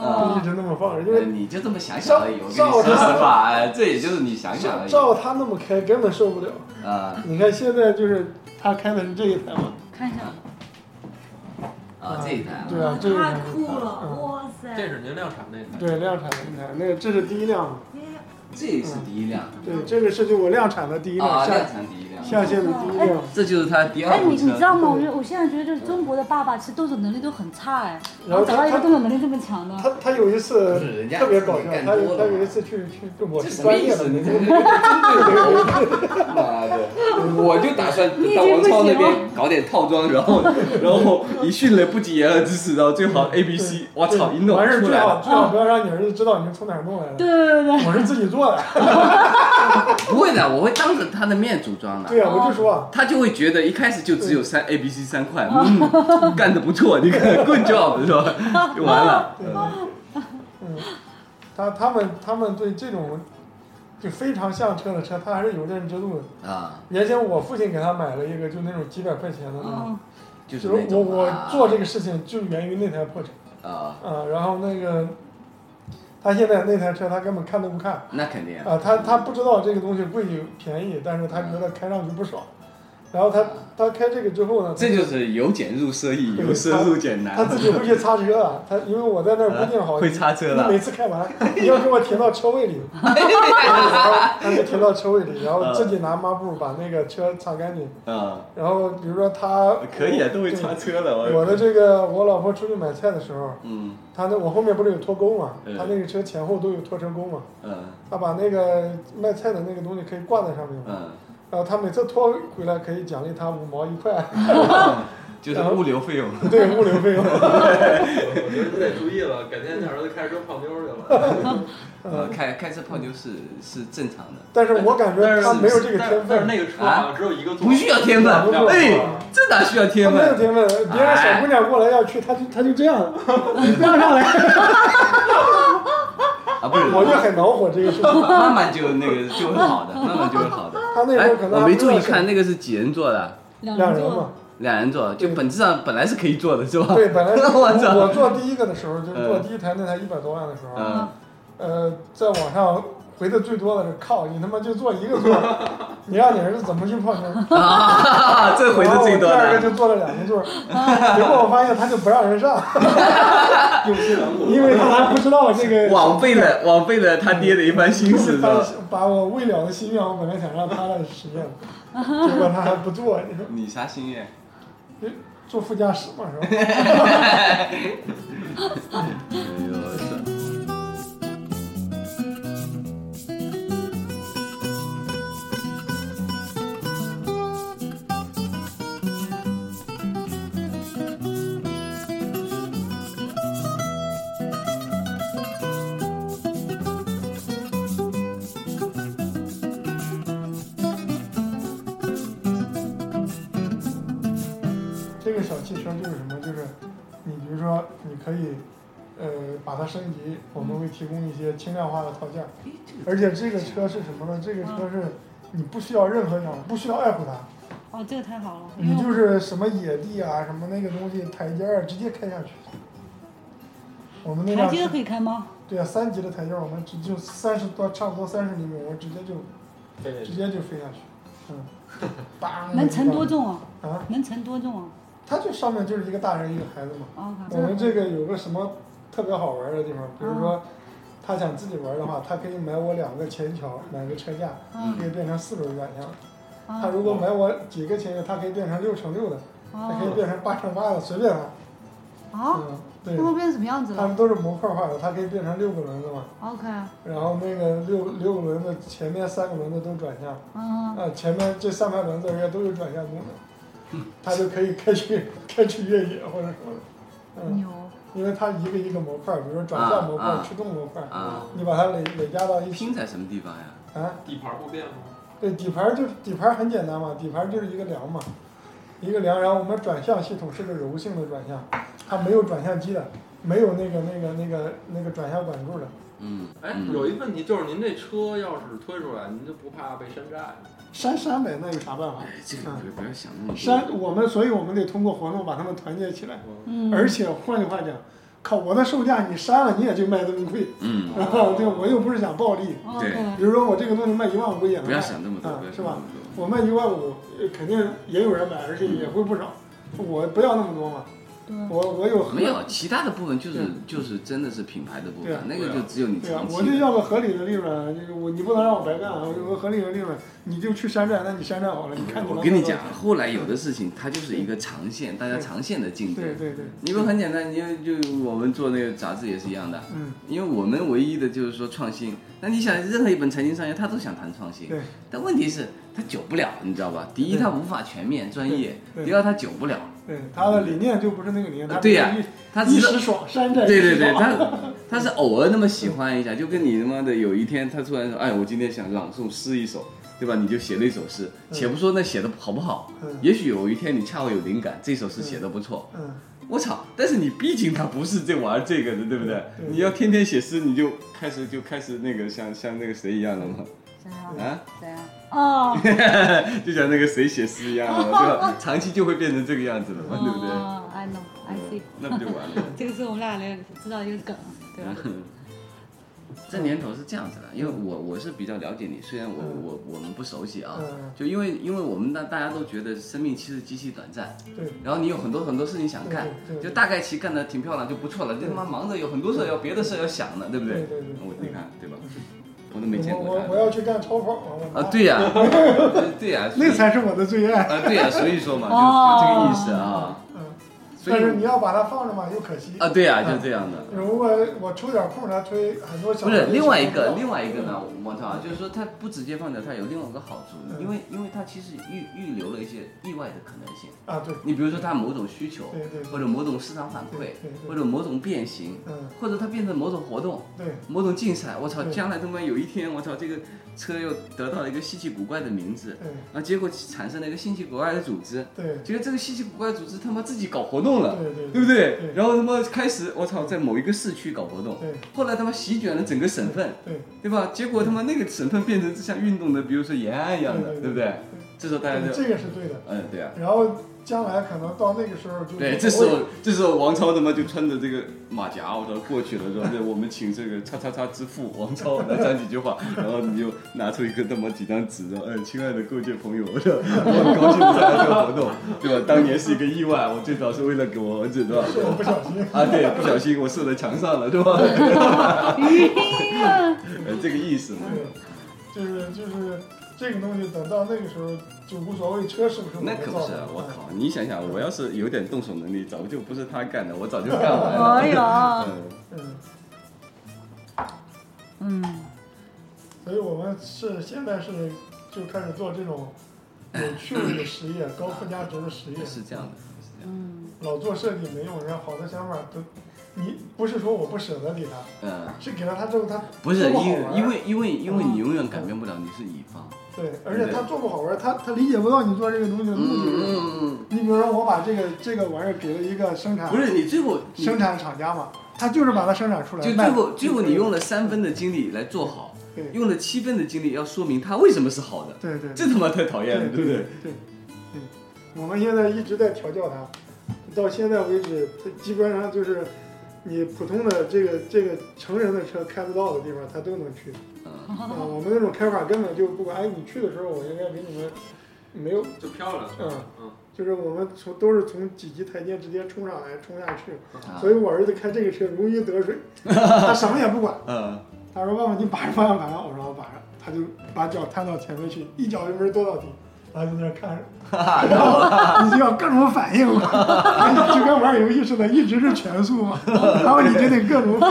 S3: 东西就那么放着，因
S2: 呃
S3: 为
S2: 你就这么想想而已，我跟
S3: 照
S2: 你说实
S3: 照
S2: 话，哎这也就是你想想而已
S3: 照他那么开根本受不了。
S2: 啊
S3: 你看现在就是他开的是这一台嘛，
S4: 看一下，
S2: 啊这一台啊，
S3: 对啊，这一台
S6: 太酷了，
S3: 嗯
S6: 哇塞！
S5: 这是您量产那台，
S3: 对，量产的一台，那个这是第一辆嘛，
S2: 这是第一辆
S3: 对，这个是就我量产的第一
S2: 嗯
S3: 辆
S2: 啊，
S3: 下
S2: 量产第一辆，
S3: 下线的第一辆，
S2: 这就是它第二
S4: 哎，你
S2: 部
S4: 你知
S2: 车。
S4: 道吗？我觉得我现在觉得就是中国的爸爸其实动手能力都很差哎，
S3: 然后
S4: 找到一
S3: 他
S4: 个动手能力这么强的，
S3: 他他有一次
S2: 不是人家
S3: 特别搞笑，
S2: 干
S3: 他
S2: 多
S3: 有
S2: 了
S3: 他
S2: 嘛
S3: 有一次去去跟我
S2: 这
S3: 去
S2: 什么
S3: 专
S2: 意
S3: 业
S2: 思？
S3: 的，
S2: 你
S3: 那
S2: 这
S3: 个
S2: 妈的！我就打算到王超那边搞点套装，然后然后以迅雷不及掩耳之势，然后最好 A B C，我操，一弄
S3: 完事儿
S2: 出
S3: 最
S2: 来
S3: 好
S2: 了，
S3: 最好不要让你儿子知道你是从哪儿弄来的，
S4: 啊对对对
S3: 我是自己
S4: *laughs*
S3: 做的。
S2: 不会的，我会当着他的面组装的。
S3: 对呀，我就说啊，
S2: 他就会觉得一开始就只有三 A B C 三块，嗯，干得不错，你看 good job 是吧？就完了。
S3: 嗯，他他们他们对这种就非常像车的车，他还是有认知度的。
S2: 啊，
S3: 原先我父亲给他买了一个，就那种几百块钱的那种，
S4: 嗯，
S2: 就
S3: 就是是
S2: 那
S3: 我
S2: 种啊
S3: 我做这个事情就源于那台破车
S2: 个啊，
S3: 啊，然后那个他现在那台车他根本看都不看。
S2: 那肯定
S3: 啊，他他不知道这个东西贵与便宜，但是他觉得开上去不爽。然后他他开这个之后呢，
S2: 这就是由俭入奢易，由奢入俭难
S3: 他。自己会去擦车啊。他因为我在那儿规定好，
S2: 啊会擦车
S3: 你
S2: 了
S3: 每次开完，你要给我停到车位
S2: *laughs*
S3: 里，然后他就停到车位里，然后自己拿抹布把那个车擦干净。
S2: 啊，
S3: 然后比如说他
S2: 可以啊，都会擦车了。
S3: 哦我的这个我老婆出去买菜的时候，
S2: 嗯
S3: 她那我后面不是有拖钩嘛，
S2: 嗯
S3: 她那个车前后都有拖车钩嘛，
S2: 嗯
S3: 她把那个卖菜的那个东西可以挂在上面嘛。
S2: 嗯，
S3: 然后他每次拖回来可以奖励他五毛一块， *laughs*
S2: 嗯就是物流费用。
S3: 对物流费
S2: *laughs*
S3: 用。
S5: 我觉得你得注意了，改天你儿子开车泡妞去了。
S2: 呃，开开车泡妞是是正常的，
S3: 但是我感觉
S5: 但是
S3: 他没 *laughs* 有这个
S5: 但是
S3: 天
S5: 但是
S3: 分，
S5: 那个车好像只有一个座
S2: 不
S5: 位，
S2: 需要天分。
S3: 不是
S2: 哎，这哪需要
S3: 他
S2: 天
S3: 没有
S2: 分？
S3: 天分。别人小姑娘过来要去，他就他就
S2: *laughs*
S3: 这样，你不要上来， *laughs*
S2: 啊，不是，
S3: 我就很恼火这个事情。
S2: *laughs* 慢慢就那个就会好
S3: *laughs*
S2: 的，慢慢就会好的。
S3: 他那时
S2: 哎
S3: 候可，能
S2: 我
S3: 还
S2: 没
S3: 不知
S2: 注
S3: 道
S2: 意
S3: 是
S2: 看那个是几人座的，
S4: 两
S3: 两人
S4: 座
S3: 嘛，
S2: 两人座，就本质上本来是可以坐的，是吧？
S3: *laughs* 对，本来
S2: *laughs* 我操，
S3: 我我做第一个的时候，就是做
S2: 嗯
S3: 第一台那台一百多万的时候，
S2: 嗯， *laughs*
S3: 呃，在网上回的最多的是靠你他妈就做一个座儿，你让你儿子怎么去泡妞？
S2: 啊，这 *laughs* 回
S3: 然
S2: 的
S3: 后我
S2: 最多
S3: 第二个
S2: 的，
S3: 就坐了两个座儿，结果我发现他就不让
S2: *laughs*
S3: 人上，
S7: 用心良苦。
S3: 因为他还不知道这个
S2: 枉费了枉费了他爹的一番心思，是
S3: *laughs* 把
S2: 吧？
S3: 把我未了的心愿，我本来想让他来实现的，结果他还不做，你说
S2: 你啥心愿？
S3: 你坐副驾驶嘛是吧？
S2: 哎呦我操！
S3: 这个小汽车就是什么？就是你比如说你可以呃把它升级，我们会提供一些轻量化的套件儿，而且这个车是什么呢？这个
S4: 嗯
S3: 车是你不需要任何养，不需要爱护它，
S4: 哦，这个太好了，因
S3: 你
S4: 为
S3: 就
S4: 我
S3: 是什么野地啊，什么那个东西台阶儿啊，直接开下去。我们那
S4: 台
S3: 辆
S4: 阶
S3: 是
S4: 可以开吗？
S3: 对啊，三级的台阶儿，我们直就三十多，差不多三十厘米，我们直接就
S5: 对对
S3: 直
S5: 对
S3: 接就飞下去，嗯，
S4: *laughs*
S3: 当
S4: 能承多重啊？
S3: 啊？
S4: 能承多重啊？
S3: 它这上面就是一个大人一个孩子嘛。
S4: 啊，
S3: 我们这个有个什么特别好玩的地方，比如
S4: 啊
S3: 说他想自己玩的话，他可以买我两个前桥，买个车架，
S4: 嗯
S3: 可以变成四轮转向。
S4: 啊
S3: 他如果买我几个前桥，他可以变成六乘六的，他可以
S4: 啊
S3: 变成八乘八的，随便他。
S4: 啊，
S3: 嗯，
S4: 那
S3: 对，
S4: 会变成什么样子
S3: 他们
S4: 了
S3: 都是模块化的，它可以变成六个轮子嘛。
S4: ？OK，
S3: 然后那个六六个轮子前面三个轮子都转向，
S4: 嗯，
S3: 啊，前面这三排轮子人家都有转向功能，它就可以开去开去越野或者什么的，嗯，
S4: 牛，
S3: 因为它一个一个模块，比如说转向模块、
S2: 啊啊
S3: 驱动模块，
S2: 啊，
S3: 你把它累累加到一起
S2: 拼在什么地方呀？
S3: 啊，
S5: 底盘不变吗？
S3: 对，底盘就是底盘很简单嘛，底盘就是一个梁嘛，一个梁，然后我们转向系统是个柔性的转向，它没有转向机的，没有那个那个那个那个转向管柱的，
S2: 嗯，
S5: 哎，
S2: 嗯
S5: 有一问题就是您这车要是推出来，您就不怕被山寨？
S3: 删删呗，那有啥办法？啊
S2: 哎这个不要不要想那么多。
S3: 删我们，所以我们得通过活动把他们团结起来。
S4: 嗯，
S3: 而且换句话讲，靠，我的售价你删了，你也就卖这么贵，
S2: 嗯，
S3: *laughs*
S2: 啊
S3: 然后对我又不是想暴利，
S4: 哦，
S2: 对
S3: 比如说我这个东西卖一万五也能
S2: 不
S3: 卖
S2: 要，想那么多，
S3: 啊
S2: 不要
S3: 是
S2: 想那
S3: 吧
S2: 么多。
S3: 我卖一万五，呃肯定也有人买，而且也会不少，我不要那么多嘛，
S4: 对，
S3: 我我有合
S2: 没有，其他的部分就是
S3: 对
S2: 就是真的是品牌的部
S3: 对
S2: 分
S3: 啊，
S2: 那个就只有你
S3: 对啊
S2: 长，期
S3: 我就要个合理的利润，就是我你不能让我白干啊！我有个合理的利润，你就去山寨，那你山寨好了，你看你能
S2: 我跟你
S3: 不能
S2: 讲，，啊后来有的事情它就是一个长线，大家长线的竞
S3: 对
S2: 争。
S3: 对对，
S2: 你们很简单，你就就我们做那个杂志也是一样的，
S3: 嗯，
S2: 因为我们唯一的就是说创新。那你想，任何一本财经商业，他都想谈创新，
S3: 对
S2: 但问题是他久不了，你知道吧？第一，
S3: 对
S2: 他无法全面专业；
S3: 对对
S2: 第二，他久不了，
S3: 对，他的理念就不是那个理念，他
S2: 对呀
S3: 只是
S2: 他
S3: 一
S2: 只
S3: 一
S2: 是
S3: 时爽，山寨
S2: 对
S3: 一时
S2: 对对，
S3: 爽
S2: 他他是偶尔那么喜欢一下，就跟你他妈的有一天他突然说，哎，我今天想朗诵诗一首，对吧？你就写了一首诗，
S3: 嗯
S2: 且不说那写的好不好，
S3: 嗯
S2: 也许有一天你恰好有灵感，这首诗写的不错，
S3: 嗯，
S2: 我操！但是你毕竟他不是这玩这个的，对不对？
S3: 对
S2: 你要天天写诗，你就开始就开始那个像像那个谁一样了嘛， *laughs*
S4: 谁啊？
S2: 啊，
S4: 谁啊？哦，
S2: *laughs* 就像那个谁写诗一样了嘛，对
S3: *laughs*
S2: 吧？长期就会变成这个样子了嘛，对不对？
S4: 哦？I know, I see。
S2: 那不就完了？
S4: 这个是我们俩连知道一个梗，对吧？
S2: 这年头是这样子的，因为我我是比较了解你，虽然我
S3: 嗯
S2: 我我们不熟悉啊
S3: 嗯，
S2: 就因为因为我们大大家都觉得生命其实极其短暂，
S3: 对，
S2: 然后你有很多很多事情想干
S3: 对对，对
S2: 就大概其干的挺漂亮就不错了，就他妈忙着有很多事儿要别的事儿要想呢，对不对
S3: 对对对？嗯
S2: 我你看对吧？我都没见
S3: 我
S2: 过
S3: 我
S2: 他
S3: 我要去干超跑了
S2: 啊，，对
S3: *laughs*
S2: 呀，对呀，所以
S3: 那才是我的最爱。
S2: 啊对呀，所以说嘛，就就这个
S4: 哦
S2: 意思啊，
S3: 嗯，
S2: 所
S3: 但是你
S2: 以
S3: 要把它放着嘛，又可惜。
S2: 啊对呀，就是这样的。
S3: 如果我抽点空来推很多小
S2: 不是另外一个，
S3: 嗯
S2: 另外一个呢，我操，就是说它不直接放掉，它有另外一个好处，
S3: 嗯
S2: 因为因为它其实预预留了一些意外的可能性。
S3: 啊，对
S2: 你比如说它某种需求，
S3: 对对，
S2: 或者某种市场反馈
S3: 对对，对
S2: 或者某种变形，
S3: 嗯，
S2: 或者它变成某种活动、
S3: 对
S2: 某种竞赛。我操，
S3: 对
S2: 将来他妈有一天，我操，这个车又得到了一个稀奇古怪的名字，
S3: 对
S2: 啊，结果产生了一个稀奇古怪的组织，
S3: 对
S2: 结果这个稀奇古怪的组织他妈自己搞活动了。
S3: 对对
S2: 对不对
S3: 对？
S2: 然后他妈开始，我操，在某一个市区搞活动，
S3: 对
S2: 后来他妈席卷了整个省份，
S3: 对
S2: 对吧？结果他妈那个省份变成像运动的，比如说延安一样的，
S3: 对对
S2: 对不对？这时候大家
S3: 对，
S2: 就，
S3: 这个是对的。
S2: 嗯，对啊，
S3: 然后将来可能到那个时候就
S2: 对，这时候这时候王超他妈就穿着这个马甲，我操过去了，
S3: *laughs*
S2: 说对，我们请这个叉叉叉之父王超来讲几句
S3: *laughs*
S2: 话，然后你就拿出一个他妈几张纸，说，嗯，亲爱的构建朋友，我很高兴参加这个活动，对吧？当年是一个意外，我最早是为了给我儿子，对吧？
S3: 是我不小心。
S2: 啊，对，不小心我射在墙上了，对
S3: *laughs*
S2: 吧？呃，这个意思嘛。
S3: 对，就是就是这个东西，等到那个时候就无所谓车是不是我
S2: 那
S3: 们
S2: 可不
S3: 造
S2: 是啊
S3: 的。，
S2: 我
S3: 嗯！
S2: 靠！你想想，我要是有点动手能力，早就不是他干的，我早就干完了。
S4: 哎呦，
S2: 嗯，
S3: 嗯，
S4: 嗯，
S3: 所以我们是现在是就开始做这种有趣味的实业、高附加值的实业。
S2: 是这样的，是这样
S4: 嗯，
S3: 老做设计没用，人家好的想法都，你不是说我不舍得给他，
S2: 的。嗯，
S3: 是给了他之后他
S2: 不是
S3: 做不好
S2: 因
S3: 玩儿
S2: 因为因为因为你永远改变不了，你是乙方。
S3: 对，而且他做不好玩，他他理解不到你做这个东西的
S2: 嗯
S3: 目的是什么。
S2: 嗯嗯
S3: 你比如说，我把这个这个玩意儿给了一个
S2: 嗯，
S3: 生产
S2: 不是你最后你
S3: 生产厂家嘛，他就是把它生产出来
S2: 就
S3: 卖
S2: 最后最后你用了三分的精力来做好，
S3: 对
S2: 用了七分的精力要说明它为什么是好的，
S3: 对对对
S2: 这他妈太讨厌了，对
S3: 对
S2: 不对？
S3: 对对，我们现在一直在调教它，到现在为止，它基本上就是你普通的这个这个成人的车开不到的地方，它都能去。
S2: 嗯，
S3: 啊，我们那种开法根本就不管，哎，你去的时候我应该给你们没有，
S5: 就漂亮。
S3: 嗯，
S5: 嗯，
S3: 就是我们从都是从几级台阶直接冲上来冲下去，
S2: 啊
S3: 所以我儿子开这个车如鱼得水，
S2: *laughs*
S3: 他什么也不管。
S2: 嗯，
S3: 他说：“爸爸，你把着方向盘。”我说：“我把着。”他就把脚探到前面去，一脚油门跺到底，然后就在那看着。然后你就要各种反应嘛，你就跟玩游戏似的，一直是全
S2: *laughs*
S3: 速嘛，然后你就得各种反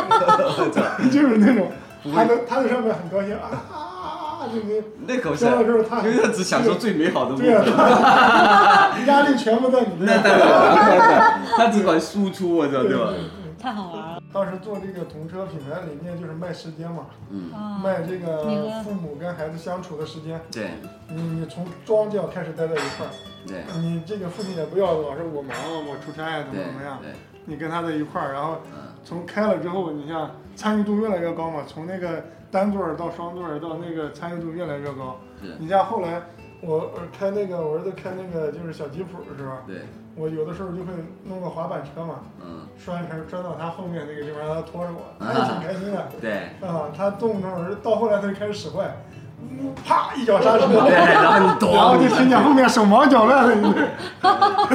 S3: 应， *laughs* 就是那种，他在他在上面很高兴啊啊啊啊，就那
S2: 那可不是，
S3: 交了之后他
S2: 因为他只享受最美好的部
S3: 对
S2: 分
S3: 啊。他， *laughs* 压力全部在你这
S2: 那
S3: 儿。
S2: 当然了， *laughs* 他只管输出，我操，对吧？
S4: 太好玩了
S3: 当时做这个童车品牌理念就是卖时间嘛，
S4: 啊！
S3: 卖这
S4: 你
S3: 个
S4: 和
S3: 父母跟孩子相处的时间。
S2: 对
S3: 你你从庄就要开始待在一块儿，
S2: 对
S3: 你这个父亲也不要老是我忙啊，我出差啊，怎么
S2: 对
S3: 怎么样，
S2: 对，
S3: 你跟他在一块儿，然后
S2: 嗯
S3: 从开了之后，你像参与度越来越高嘛，从那个单座儿到双座儿到那个参与度越来越高
S2: 是。
S3: 你像后来我我开那个我儿子开那个就是小吉普的时候，
S2: 对，
S3: 我有的时候就会弄个滑板车嘛，
S2: 嗯，
S3: 拴一拴拴到他后面那个地方，让他拖着我，
S2: 啊
S3: 他也挺开心的。
S2: 对，
S3: 啊，他动不动儿到后来他就开始使坏，嗯啪一脚刹
S2: *laughs*
S3: 车，
S2: 对，然后你
S3: 然后就听
S2: 咚，
S3: 见后面手忙脚乱的，
S2: *laughs*
S3: 你知道吗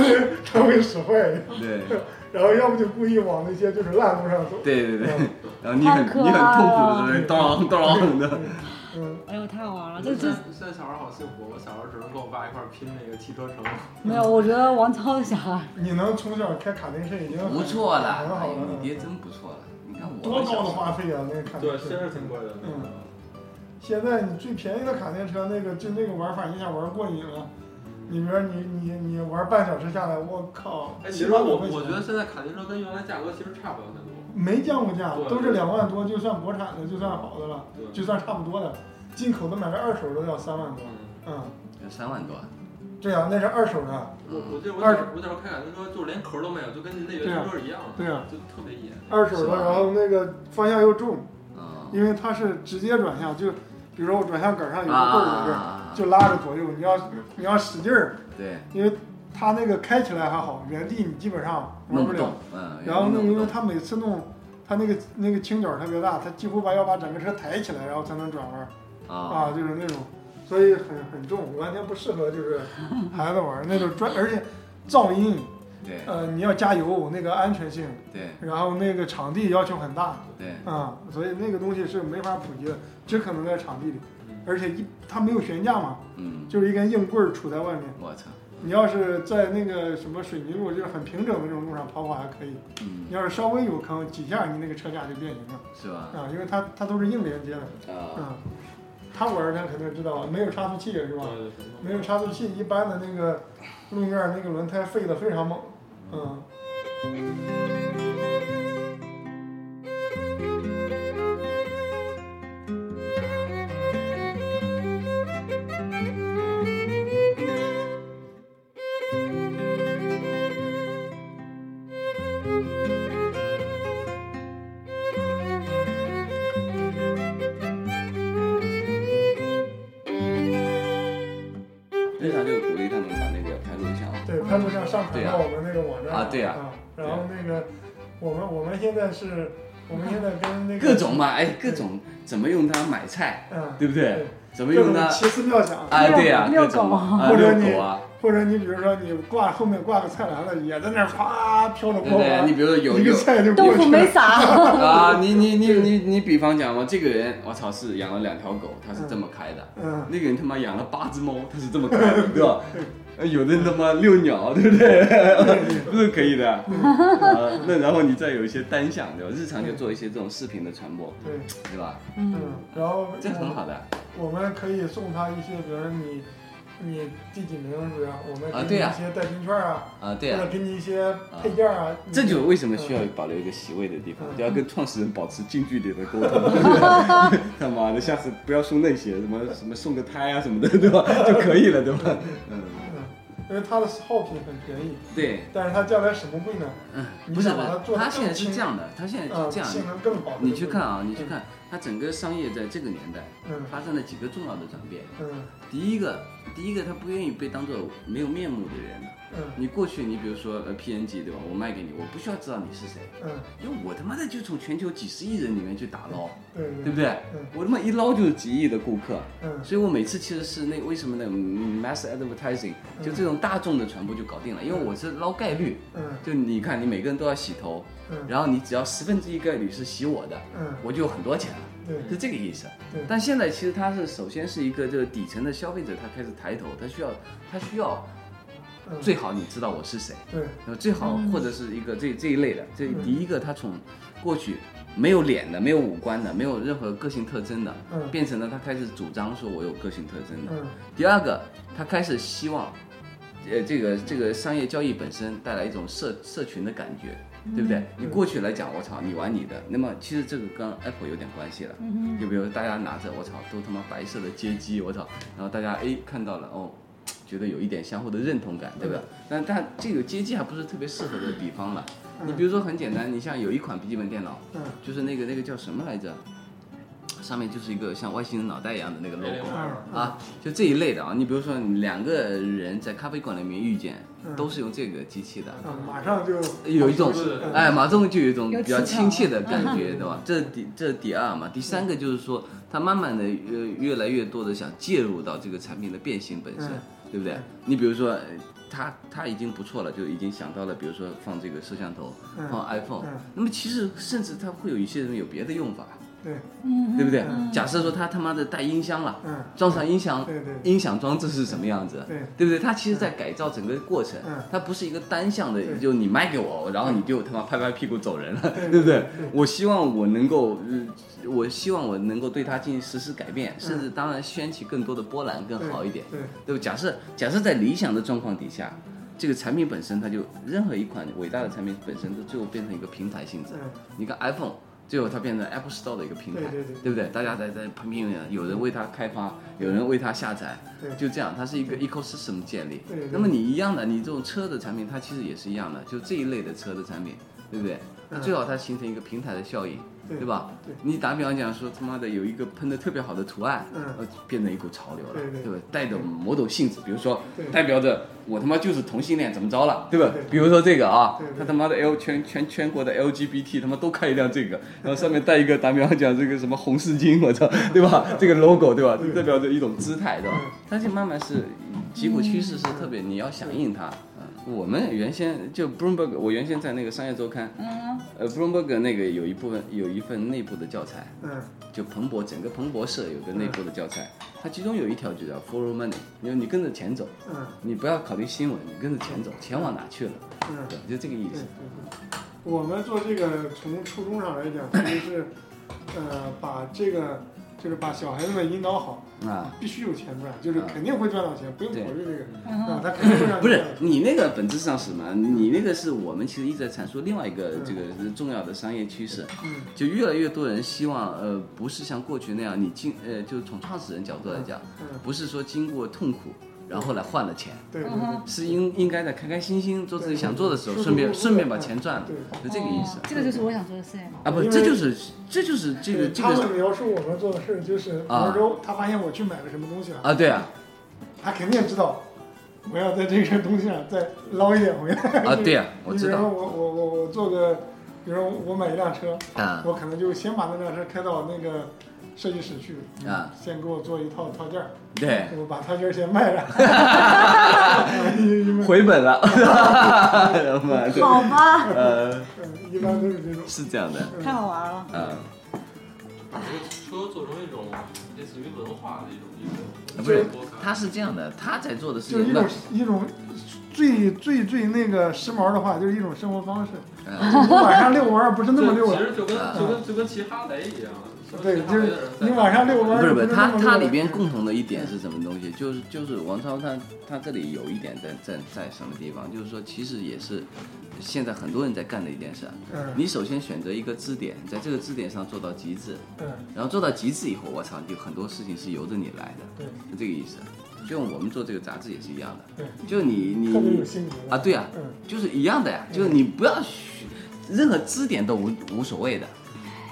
S3: 他会使坏，
S2: 对，
S3: 然后要不就故意往那些就是烂路上走。
S2: 对对对
S3: 嗯，
S2: 然后你很
S4: 太可
S2: 你
S4: 爱
S2: 很痛苦
S4: 了
S2: 的，咚咚的，
S3: 嗯，
S4: 哎呦，太好玩了！这
S5: 现
S4: 这
S5: 在现在小孩好幸福，我小时候只能跟我爸一块儿拼那个汽车城。
S4: 没有，我觉得王超的小孩
S3: 你能从小开卡丁车已经很
S2: 不错了
S3: 很，
S2: 哎
S3: 好
S2: 呦，
S3: 了嗯
S2: 你。爹真不错了，你看我
S3: 多
S2: 们小
S3: 高的
S2: 时候
S3: 花费啊！那个卡丁
S5: 对，
S3: 车，
S5: 现在挺贵的。
S3: 嗯现在你最便宜的卡丁车，那个就那个玩法一下玩过瘾了。你比如说你你你玩半小时下来，我靠，
S5: 哎，你
S3: 七
S5: 说
S3: 八百
S5: 我，
S3: 块钱，
S5: 我觉得现在卡丁车跟原来价格其实差不了太多。
S3: 没降过价，
S5: 对
S3: 都是两万多，就算国产的，就算好的了，
S5: 对，
S3: 就算差不多的，进口的买个二手的要三万多。
S5: 嗯，
S3: 嗯，
S2: 有三万多，
S3: 对啊，那是二手的，
S5: 我我记得我
S3: 二
S5: 小我小时候开卡丁车，就连壳都没有，就跟那原型车一样，
S3: 对啊，
S5: 就特别野。
S3: 二手
S2: 是
S3: 的，
S2: 吧
S3: 然后那个方向又重，
S2: 嗯，
S3: 因为它是直接转向，就比如说我转向杆上有
S2: 啊
S3: 个棍儿在这儿，
S2: 啊，
S3: 就拉着左右，你要你要使劲儿，
S2: 对，
S3: 因为它那个开起来还好，原地你基本上玩
S2: 弄不
S3: 不了
S2: 动。，嗯，
S3: 然后
S2: 弄
S3: 弄，
S2: 不
S3: 因为
S2: 动，
S3: 他每次弄，他那个那个倾角特别大，他几乎把要把整个车抬起来，然后才能转弯儿
S2: 啊，
S3: 啊，就是那种，所以很很重，完全不适合就是孩子玩儿那种专，而且噪音，
S2: 对
S3: 呃，你要加油，那个安全性，
S2: 对
S3: 然后那个场地要求很大
S2: 对，
S3: 啊、所以那个东西是没法普及的，只可能在场地里
S5: 嗯，
S3: 而且一它没有悬架嘛，
S2: 嗯，
S3: 就是一根硬棍儿杵在外面。
S2: 我操，
S3: 你要是在那个什么水泥路，就是很平整的那种路上跑跑还可以，
S2: 嗯
S3: 你，要是稍微有坑，几下你那个车架就变形了
S2: 是吧？
S3: 啊，因为它它都是硬连接的
S2: 啊，
S3: 啊。他玩儿他肯定知道，没有差速器是吧？
S5: 对对对
S3: 没有差速器，一般的那个路面儿那个轮胎废的非常猛，嗯。
S2: 为啥这个鼓励他们把那个拍录像？
S3: 对，拍录像上传
S2: 对
S3: 到
S2: 啊
S3: 我们那个网站
S2: 啊对啊
S3: 然后那个我们我们现在是，我们现在跟那个
S2: 各种嘛，哎，各种怎么用它买菜，
S3: 嗯，
S2: 对不对
S3: 对？
S2: 怎么
S3: 各
S2: 用
S3: 种
S2: 它？
S3: 奇思妙想，
S2: 啊，对呀，
S4: 遛
S2: 各种嘛啊，
S3: 或者你
S2: 遛狗啊，
S3: 或者你比如说你挂后面挂个菜篮子，也在那儿啪飘着
S2: 对
S3: 锅
S2: 不对？
S3: *laughs* 碗
S2: 你，比如说有
S3: 一个
S2: 有
S3: 菜就
S4: 豆
S3: 过
S4: 腐
S3: 去
S4: 没
S3: 了。
S4: 撒，
S2: 啊，你你你你你比方讲嘛，这个人我操是养了两条狗，他是这么开的，
S3: 嗯，
S2: 那个人他妈养了八只猫，他是这么开的，对吧？呃有的人他妈遛鸟，对不对？ *laughs* 不是可以的啊。那然后你再有一些单项，对吧？日常就做一些这种视频的传播，
S3: 对，
S2: 对吧？
S4: 嗯，
S3: 嗯，然后我
S2: 这很好的
S3: 我们可以送他一些，比如说你你第几名是不是？我们
S2: 啊
S3: 给
S2: 对
S3: 你
S2: 呀
S3: 一些代金券啊，
S2: 啊，对
S3: 或者
S2: 啊。
S3: 给你一些配件啊。你
S2: 这就是为什么需要保留一个席位的地方，
S3: 嗯
S2: 就要跟创始人保持近距离的沟通。
S3: *laughs*
S2: 他妈的，下次不要送那些什么什么送个胎啊什么的，对吧？就可以了，对吧？嗯，
S3: 嗯，因为他的耗品很便宜，
S2: 对。
S3: 但是他将来什么贵呢？
S2: 嗯，
S3: 你
S2: 不是
S3: 想
S2: 不
S3: 把它
S2: 是，
S3: 做
S2: 他
S3: 得
S2: 现在
S3: 更
S2: 是
S3: 轻
S2: 这样的，他现在
S3: 啊，
S2: 是这样
S3: 性
S2: 的。
S3: 能更好的。
S2: 你去看，啊，你去看，他整个商业在这个年代
S3: 嗯
S2: 发生了几个重要的转变。
S3: 嗯
S2: 第一个，第一个，他不愿意被当做没有面目的人了。
S3: 嗯
S2: 你过去，你比如说呃 PNG 对吧？我卖给你，我不需要知道你是谁，
S3: 嗯，
S2: 因为我他妈的就从全球几十亿人里面去打捞，
S3: 对
S2: 对
S3: 对
S2: 不对
S3: 嗯？
S2: 我他妈一捞就是几亿的顾客。
S3: 嗯
S2: 所以我每次其实是那为什么呢嗯？mass advertising 就这种大众的传播就搞定了，因为我是捞概率。
S3: 嗯
S2: 就你看，你每个人都要洗头，
S3: 嗯
S2: 然后你只要十分之一概率是洗我的，
S3: 嗯，
S2: 我就有很多钱了，
S3: 对
S2: 是这个意思
S3: 对。
S2: 但现在其实它是首先是一个就是底层的消费者，他开始抬头，他需要他需要
S3: 嗯
S2: 最好你知道我是谁，
S3: 对
S2: 然后最好
S4: 嗯
S2: 或者是一个这这一类的，这
S3: 嗯
S2: 第一个他从过去没有脸的、没有五官的、没有任何个性特征的，
S3: 嗯
S2: 变成了他开始主张说我有个性特征的。
S3: 嗯
S2: 第二个，他开始希望，呃，这个这个商业交易本身带来一种社社群的感觉，对不
S3: 嗯
S2: 对？你过去来讲，我操，你玩你的，那么其实这个跟 Apple 有点关系了。
S4: 嗯
S2: 就比如大家拿着，我操，都他妈白色的街机，我操，然后大家哎看到了哦，觉得有一点相互的认同感，对吧？但但这个街机还不是特别适合的比方了。你比如说很简单，你像有一款笔记本电脑，
S3: 嗯
S2: 就是那个那个叫什么来着？上面就是一个像外星人脑袋一样的那个 logo
S5: 啊
S2: 啊，就这一类的啊。你比如说，你两个人在咖啡馆里面遇见，都是用这个机器的，
S3: 啊，嗯马上就
S2: 有一种
S5: 是
S2: 哎，马上就有一种
S4: 有
S2: 比较
S4: 气场
S2: 亲切的感觉，对吧？这是第这是第二嘛，第三个就是说，他慢慢的呃越来越多的想介入到这个产品的变形本身
S3: 嗯，
S2: 对不对
S3: 嗯？
S2: 你比如说，呃他他已经不错了，就已经想到了，比如说放这个摄像头，
S3: 嗯
S2: 放 iPhone，
S3: 嗯
S2: 那么其实甚至他会有一些人有别的用法，
S3: 对，
S4: 嗯，
S2: 对不对
S4: 嗯？
S2: 假设说他他妈的带音箱了，
S3: 嗯，
S2: 装上音响，
S3: 对对
S2: 音响装置是什么样子？
S3: 对
S2: 对不对？它其实在改造整个过程
S3: 嗯，
S2: 它不是一个单向的，
S3: 对
S2: 就你卖给我，然后你就他妈拍拍屁股走人了，
S3: 对
S2: 对不对
S3: 对对？
S2: 我希望我能够，呃我希望我能够对它进行实施改变，甚至当然掀起更多的波澜更好一点，
S3: 嗯对，
S2: 对不对？假设假设在理想的状况底下。这个产品本身，它就任何一款伟大的产品本身，它最后变成一个平台性质。
S3: 嗯，
S2: 你看 iPhone，最后它变成 Apple Store 的一个平台，
S3: 对对对
S2: 不对？大家在在拼命的，有人为它开发，有人为它下载，
S3: 对
S2: 就这样，它是一个 ecosystem 建立。
S3: 对对
S2: 那么你一样的，你这种车的产品，它其实也是一样的，就这一类的车的产品，对不对？那最好它形成一个平台的效应，
S3: 嗯对
S2: 对吧？
S3: 对
S2: 你打比方讲说，他妈的有一个喷的特别好的图案，
S3: 嗯
S2: 呃，变成一股潮流了，
S3: 对对
S2: 对吧？带着某种性质，比如说
S3: 对
S2: 代表着我他妈就是同性恋，怎么着了，对吧？
S3: 对
S2: 比如说这个啊
S3: 对，对
S2: 他他妈的 L 全全全国的 LGBT 他妈都开一辆这个，然后上面带一个打比方讲这个什么红丝巾，我
S3: *laughs*
S2: 操，对吧？这个 logo 对吧？
S3: 对
S2: 就代表着一种姿态，对吧
S3: 对？嗯
S2: 但是慢慢是几股趋势是特别，你要响应它。嗯我们原先就 Bloomberg，我原先在那个商业周刊，
S4: 嗯，
S2: 呃，Bloomberg 那个有一部分有一份内部的教材，
S3: 嗯
S2: 就彭博整个彭博社有个内部的教材，它其中有一条就叫 follow money，你你跟着钱走，
S3: 嗯
S2: 你不要考虑新闻，你跟着钱走，钱往哪去了，
S3: 嗯。
S2: 对，就这个意
S3: 对
S2: 思。
S3: 对对，我们做这个从初衷上来
S2: *laughs*
S3: 讲，就是呃把这个就是把小孩子们引导好，
S2: 啊，
S3: 必须有钱赚，就是
S2: 啊
S3: 肯定会赚到钱，不用
S2: 对
S3: 考虑这个
S4: 嗯
S3: 啊，他肯定会让你
S2: 不是
S3: 赚到钱
S2: 你那个本质上是什么？你那个是我们其实一直在阐述另外一个这个重要的商业趋势，
S3: 嗯
S2: 就越来越多人希望呃不是像过去那样，你经呃就从创始人角度来讲，
S3: 嗯，
S2: 不是说经过痛苦然后来换了钱，
S3: 对对
S4: 嗯哼
S2: 是应应该在开开心心做自己想做的时候，
S3: 对
S2: 顺便
S3: 对
S2: 顺便把钱赚了，
S3: 对
S2: 就这个意思
S4: 哦。这个就是我想做的事。
S2: 啊，不，
S3: 因为
S2: 这就是这就是这
S3: 对
S2: 个
S3: 对，
S2: 这
S3: 他
S2: 个
S3: 们描述我们做的事儿就是，比
S2: 啊
S3: 如说他发现我去买了什么东西啊，
S2: 啊，对啊
S3: 他肯定知道我要在这个东西上再捞一点回来。
S2: 啊对啊，我
S3: 你 *laughs* 比
S2: 知
S3: 如说
S2: 道
S3: 我我我我做个，比如说我买一辆车，
S2: 啊
S3: 我可能就先把那辆车开到那个设计室去，嗯
S2: 啊，
S3: 先给我做一套套件儿，
S2: 对，
S3: 我把套件儿先卖了。 *laughs*
S2: 回本了，妈的，
S4: 好吧，
S2: 呃，
S3: 嗯一般都是这种。
S2: 是这样的，
S4: 太好玩了。
S2: 啊，
S5: 把这个车做成一种类似于文化的一种
S3: 啊
S5: 一种，
S2: 不是
S5: 一种文化
S2: 他是这样的，他在做的事
S3: 就是
S2: 情
S3: 一种
S2: 呢，
S3: 一种最最最那个时髦的话，就是一种生活方式。 *laughs*
S2: 嗯
S3: 你晚上遛弯儿不是那么遛
S5: 这其
S3: 了，
S5: 实就跟
S2: 啊
S5: 就跟就跟骑哈雷一样，
S3: 对
S5: 骑哈
S3: 就
S5: 雷
S3: 是
S5: 的人在
S3: 你晚上遛弯
S2: 不
S3: 儿
S2: 是不
S3: 不
S2: 是，
S3: 是
S2: 他
S3: 那么遛
S2: 他
S3: 了
S2: 里边共同的一点是什么东西？就是就是王超他他这里有一点在在在什么地方？就是说其实也是现在很多人在干的一件事儿，
S3: 嗯
S2: 你首先选择一个支点，在这个支点上做到极致，
S3: 嗯
S2: 然后做到极致以后，我操，就很多事情是由着你来的，
S3: 对
S2: 是这个意思。就像我们做这个杂志也是一样的，
S3: 对，
S2: 就你你
S3: 特别有
S2: 你
S3: 性格
S2: 啊，对啊，
S3: 嗯
S2: 就是一样的呀，就是你不要选任何支点都无无所谓的。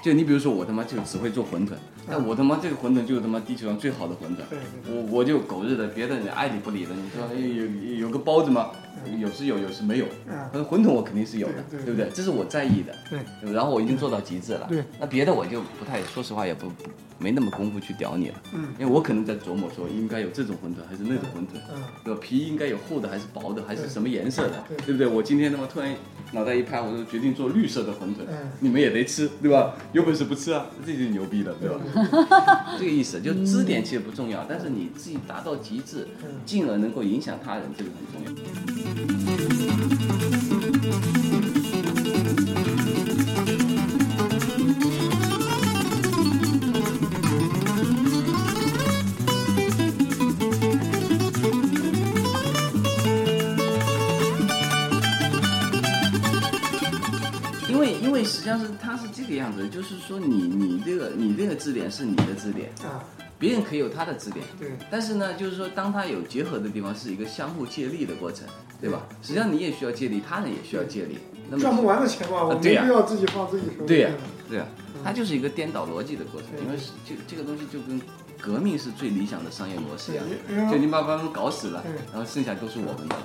S2: 就你比如说我他妈就只会做馄饨，但我他妈这个馄饨就是他妈地球上最好的馄饨
S3: 对，
S2: 我我就狗日的，别的人爱理不理的。你说哎有有有个包子吗？有时有，有时没有。
S3: 嗯
S2: 呃馄饨我肯定是有的，
S3: 对对
S2: 不对？这是我在意的。
S3: 对
S2: 然后我已经做到极致了。
S3: 对，
S2: 那别的我就不太，说实话也不不没那么功夫去屌你了，
S3: 嗯
S2: 因为我可能在琢磨说应该有这种馄饨还是那种馄饨，
S3: 嗯
S2: 对吧？皮应该有厚的还是薄的，还是
S3: 对
S2: 什么颜色的，
S3: 对
S2: 不对？我今天他妈突然脑袋一拍，我就决定做绿色的馄饨，
S3: 嗯
S2: 你们也得吃，对吧？有本事不吃啊，这就牛逼了，对吧？ *laughs* 这个意思，就支点其实不重要，但是你自己达到极致，
S3: 嗯
S2: 进而能够影响他人，这个很重要。因为因为实际上是它是这个样子，就是说你你这个你这个支点是你的支点，
S3: 啊
S2: 别人可以有他的支点，
S3: 对
S2: 但是呢，就是说当它有结合的地方，是一个相互借力的过程，对吧？实际上你也需要借力，他人也需要借力，那么
S3: 嗯赚不完的钱嘛，我
S2: 啊
S3: 们
S2: 对
S3: 没
S2: 呀
S3: 必要自己放自己手里。
S2: 对呀对啊，
S3: 嗯
S2: 它就是一个颠倒逻辑的过程，因为是这这个东西就跟革命是最理想的商业模式一样
S3: 对因为
S2: 的，就你把把他们搞死了
S3: 对，
S2: 然后剩下都是我们的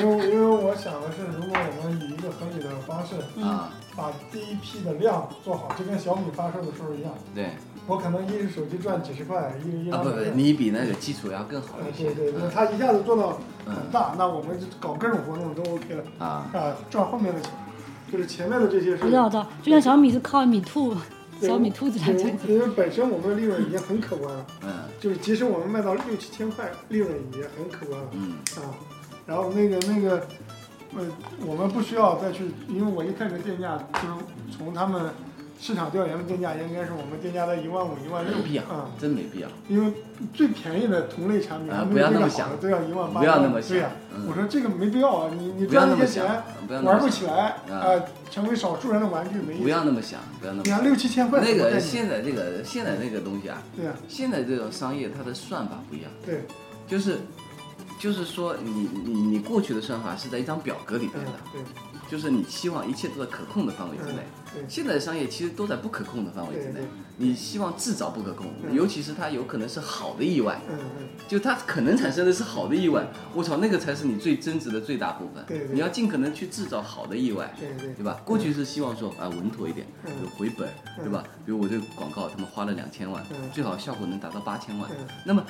S3: 因为因为我想的是，如果我们以一个合理的方式
S2: 啊，
S3: 把第一批的量做好，就跟小米发售的时候一样，
S2: 对
S3: 我可能一只手机赚几十块，一人一
S2: 啊
S3: 两
S2: 不
S3: 百
S2: 不
S3: 块，。
S2: 你比那个基础要更好
S3: 呃
S2: 一些
S3: 嗯对对对，
S2: 嗯
S3: 他一下子做到很
S2: 嗯
S3: 大，那我们就搞各种活动都 OK 了
S2: 啊，
S3: 啊，赚后面的钱，就是前面的这些是
S4: 我知道，我知道，就像小米是靠米兔、
S3: 对
S4: 小米兔子来
S3: 因为
S4: 赚钱。
S3: 因为本身我们的利润已经很可观了，
S2: 嗯
S3: 就是即使我们卖到六七千块，利润也很可观了。
S2: 嗯
S3: 啊，然后那个那个，呃，我们不需要再去，因为我一开始定价就是从他们市场调研的定价，应该是我们定价在一万五、一万六
S2: 没必要
S3: 啊，
S2: 嗯真没必要，
S3: 因为最便宜的同类产品
S2: 啊
S3: 还没
S2: 不
S3: 有
S2: 要
S3: 这
S2: 那
S3: 个
S2: 么
S3: 好的
S2: 想
S3: 都要一万八，
S2: 不要那么
S3: 对呀、
S2: 嗯
S3: 我说这个没必要啊，你你
S2: 不要
S3: 赚
S2: 那
S3: 那
S2: 么
S3: 些
S2: 想
S3: 钱，
S2: 不要那
S3: 玩
S2: 么
S3: 不
S2: 想，
S3: 起来，
S2: 啊
S3: 呃，成为少数人的玩具
S2: 不
S3: 没意思。
S2: 要那么想，不要那么
S3: 你
S2: 想
S3: 看。六七千块
S2: 那
S3: 什么概
S2: 个
S3: 念
S2: 现在这个现在这个东西啊，
S3: 对呀、
S2: 现在这种商业它的算法不一样，
S3: 对，
S2: 就是就是说你你你过去的算法是在一张表格里
S3: 嗯
S2: 边的，
S3: 对
S2: 就是你期望一切都在可控的范围之内。
S3: 嗯对
S2: 现在的商业其实都在不可控的范围之内
S3: 对对，
S2: 你希望制造不可控，
S3: 嗯
S2: 尤其是它有可能是好的意外，
S3: 嗯嗯
S2: 就它可能产生的是好的意外，我操，那个才是你最增值的最大部分
S3: 对对。对
S2: 你要尽可能去制造好的意外，
S3: 对对
S2: 对吧？过去是希望说啊稳妥一点，
S3: 嗯
S2: 有回本，对吧？比如我这个广告他们花了两千万
S3: 嗯，
S2: 最好效果能达到八千万
S3: 嗯。
S2: 那么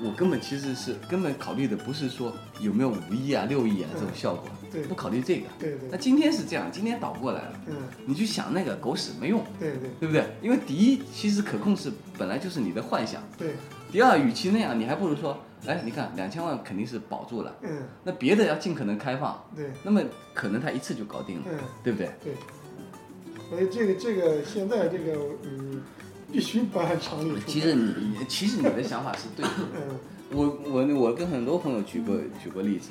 S2: 我根本其实是根本考虑的不是说有没有五亿啊、六亿啊这种效果
S3: 对，
S2: 不考虑这个。
S3: 对对
S2: 那今天是这样，今天倒过来了，
S3: 嗯
S2: 你去想那个狗屎没用，
S3: 对对
S2: 对不对？因为第一，其实可控是本来就是你的幻想；
S3: 对
S2: 第二，与其那样，你还不如说，哎，你看两千万肯定是保住了，
S3: 嗯
S2: 那别的要尽可能开放，
S3: 对
S2: 那么可能他一次就搞定了，
S3: 嗯。
S2: 对不对？
S3: 对，所以这个这个现在这个嗯，必须不按常理出
S2: 嗯
S3: 牌。
S2: 呃其实你，你其实你的想法是对的。
S3: 嗯
S2: 我我我跟很多朋友举过举过例子，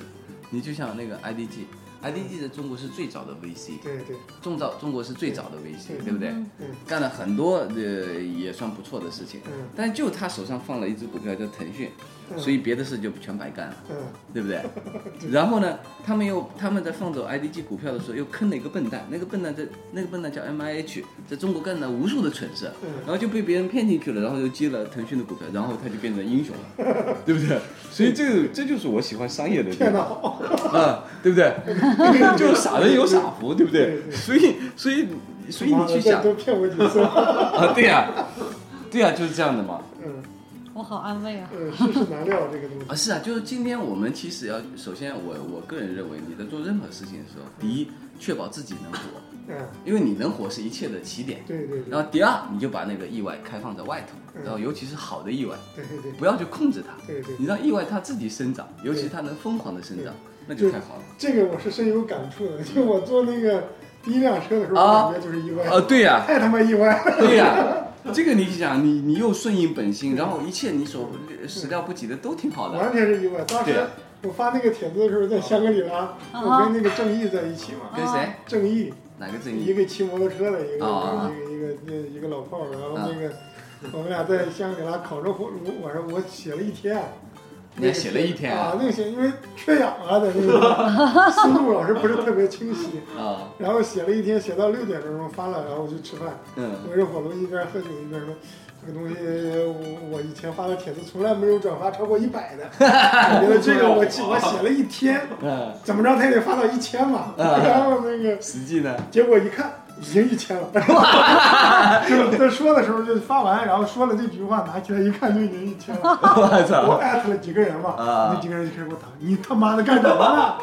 S2: 你就像那个 IDG，IDG 在中国是最早的 VC，
S3: 对对
S2: 中早中国是最早的 VC，对不对？
S4: 嗯
S3: 嗯
S2: 干了很多呃也算不错的事情，
S3: 嗯
S2: 但就他手上放了一只股票叫腾讯，
S3: 嗯
S2: 所以别的事就全白干了，
S3: 嗯
S2: 对不对？ *laughs* 然后呢，他们又他们在放走 IDG 股票的时候又坑了一个笨蛋，那个笨蛋在那个笨蛋叫 MIH，在中国干了无数的蠢事，
S3: 嗯
S2: 然后就被别人骗进去了，然后就接了腾讯的股票，然后他就变成英雄
S3: *laughs*
S2: 了，对不对？所以这个这就是我喜欢商业的地
S3: 骗
S2: 方
S3: 得好，
S2: 啊，对不
S3: *laughs*
S2: 对？就是傻人有傻福，对不
S3: 对对
S2: 所以所以 *laughs* 所以你去
S3: 再
S2: 想。
S3: 多骗我几次，
S2: 啊，对呀、对呀、就是这样的嘛。
S3: 嗯
S4: 我好安慰啊！
S3: 嗯，世事难料这个东西
S2: 啊，。是啊，就是今天我们其实要，首先我我个人认为，你在做任何事情的时候，第一，确保自己能活，
S3: 嗯，
S2: 因为你能活是一切的起点。
S3: 对对对
S2: 然后第二，你就把那个意外开放在外头，然后尤其是好的意外，
S3: 对对对
S2: 不要去控制它，
S3: 对对，
S2: 你让意外它自己生长，尤其它能疯狂的生长，那就太好了。
S3: 这个我是深有感触的。就我坐那个第一辆车的时候，
S2: 啊
S3: 我感觉就是意外，
S2: 啊，对呀、
S3: 太他妈意外了。
S2: 对呀、这个你想，你你又顺应本心，然后一切你所始料不及的都挺好的。
S3: 完全是意外。当
S2: 对
S3: 时
S2: 啊
S3: 我发那个帖子的时候，在香格里拉，我跟那个郑毅在一起嘛，
S2: 跟谁？
S3: 郑毅。
S2: 哪个正义
S3: 一？个骑摩托车的，一个、
S2: 啊
S3: 一个一个一个一个老炮儿，然后那个、我们俩在香格里拉烤着火炉，晚上我写了一天，
S2: 你还写了一天
S3: 啊
S2: 啊，
S3: 那个写因为缺氧啊，在那个思路老是不是特别清
S2: *laughs*
S3: 晰，
S2: 啊，
S3: 然后写了一天，写到六点钟发了，然后我去吃饭，
S2: 嗯，
S3: 围着火炉一边喝酒一边说。这个东西我我以前发的帖子从来没有转发超过一百
S2: *laughs*
S3: 的，我觉得这个我记我写了一天，
S2: 哦嗯，
S3: 怎么着他也得发到一千吧。 *laughs* 然后那个
S2: 实际呢？ *laughs*
S3: 结果一看，已经一千了。就是在说的时候就发完，然后说了这句话，拿起来一看就已经一千
S2: *laughs*
S3: 了。
S2: 我
S3: 我
S2: 操，
S3: 艾特了几个人嘛，
S2: 啊嗯
S3: 那几个人就开始给我打，你他妈的干什么呢？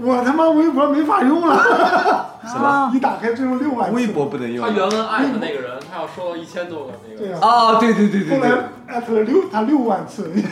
S3: 我他妈微博没法用了，
S2: *laughs*
S4: 啊，
S3: 一打开只有六万次。
S2: 微博不能用
S5: 他原文艾特那个人，他要说到一千多个那
S3: 对
S5: 个，
S3: 啊，
S2: 啊，对对对
S3: 后
S2: 对对，
S3: 来艾特了六他六万
S2: *laughs*
S3: 次。那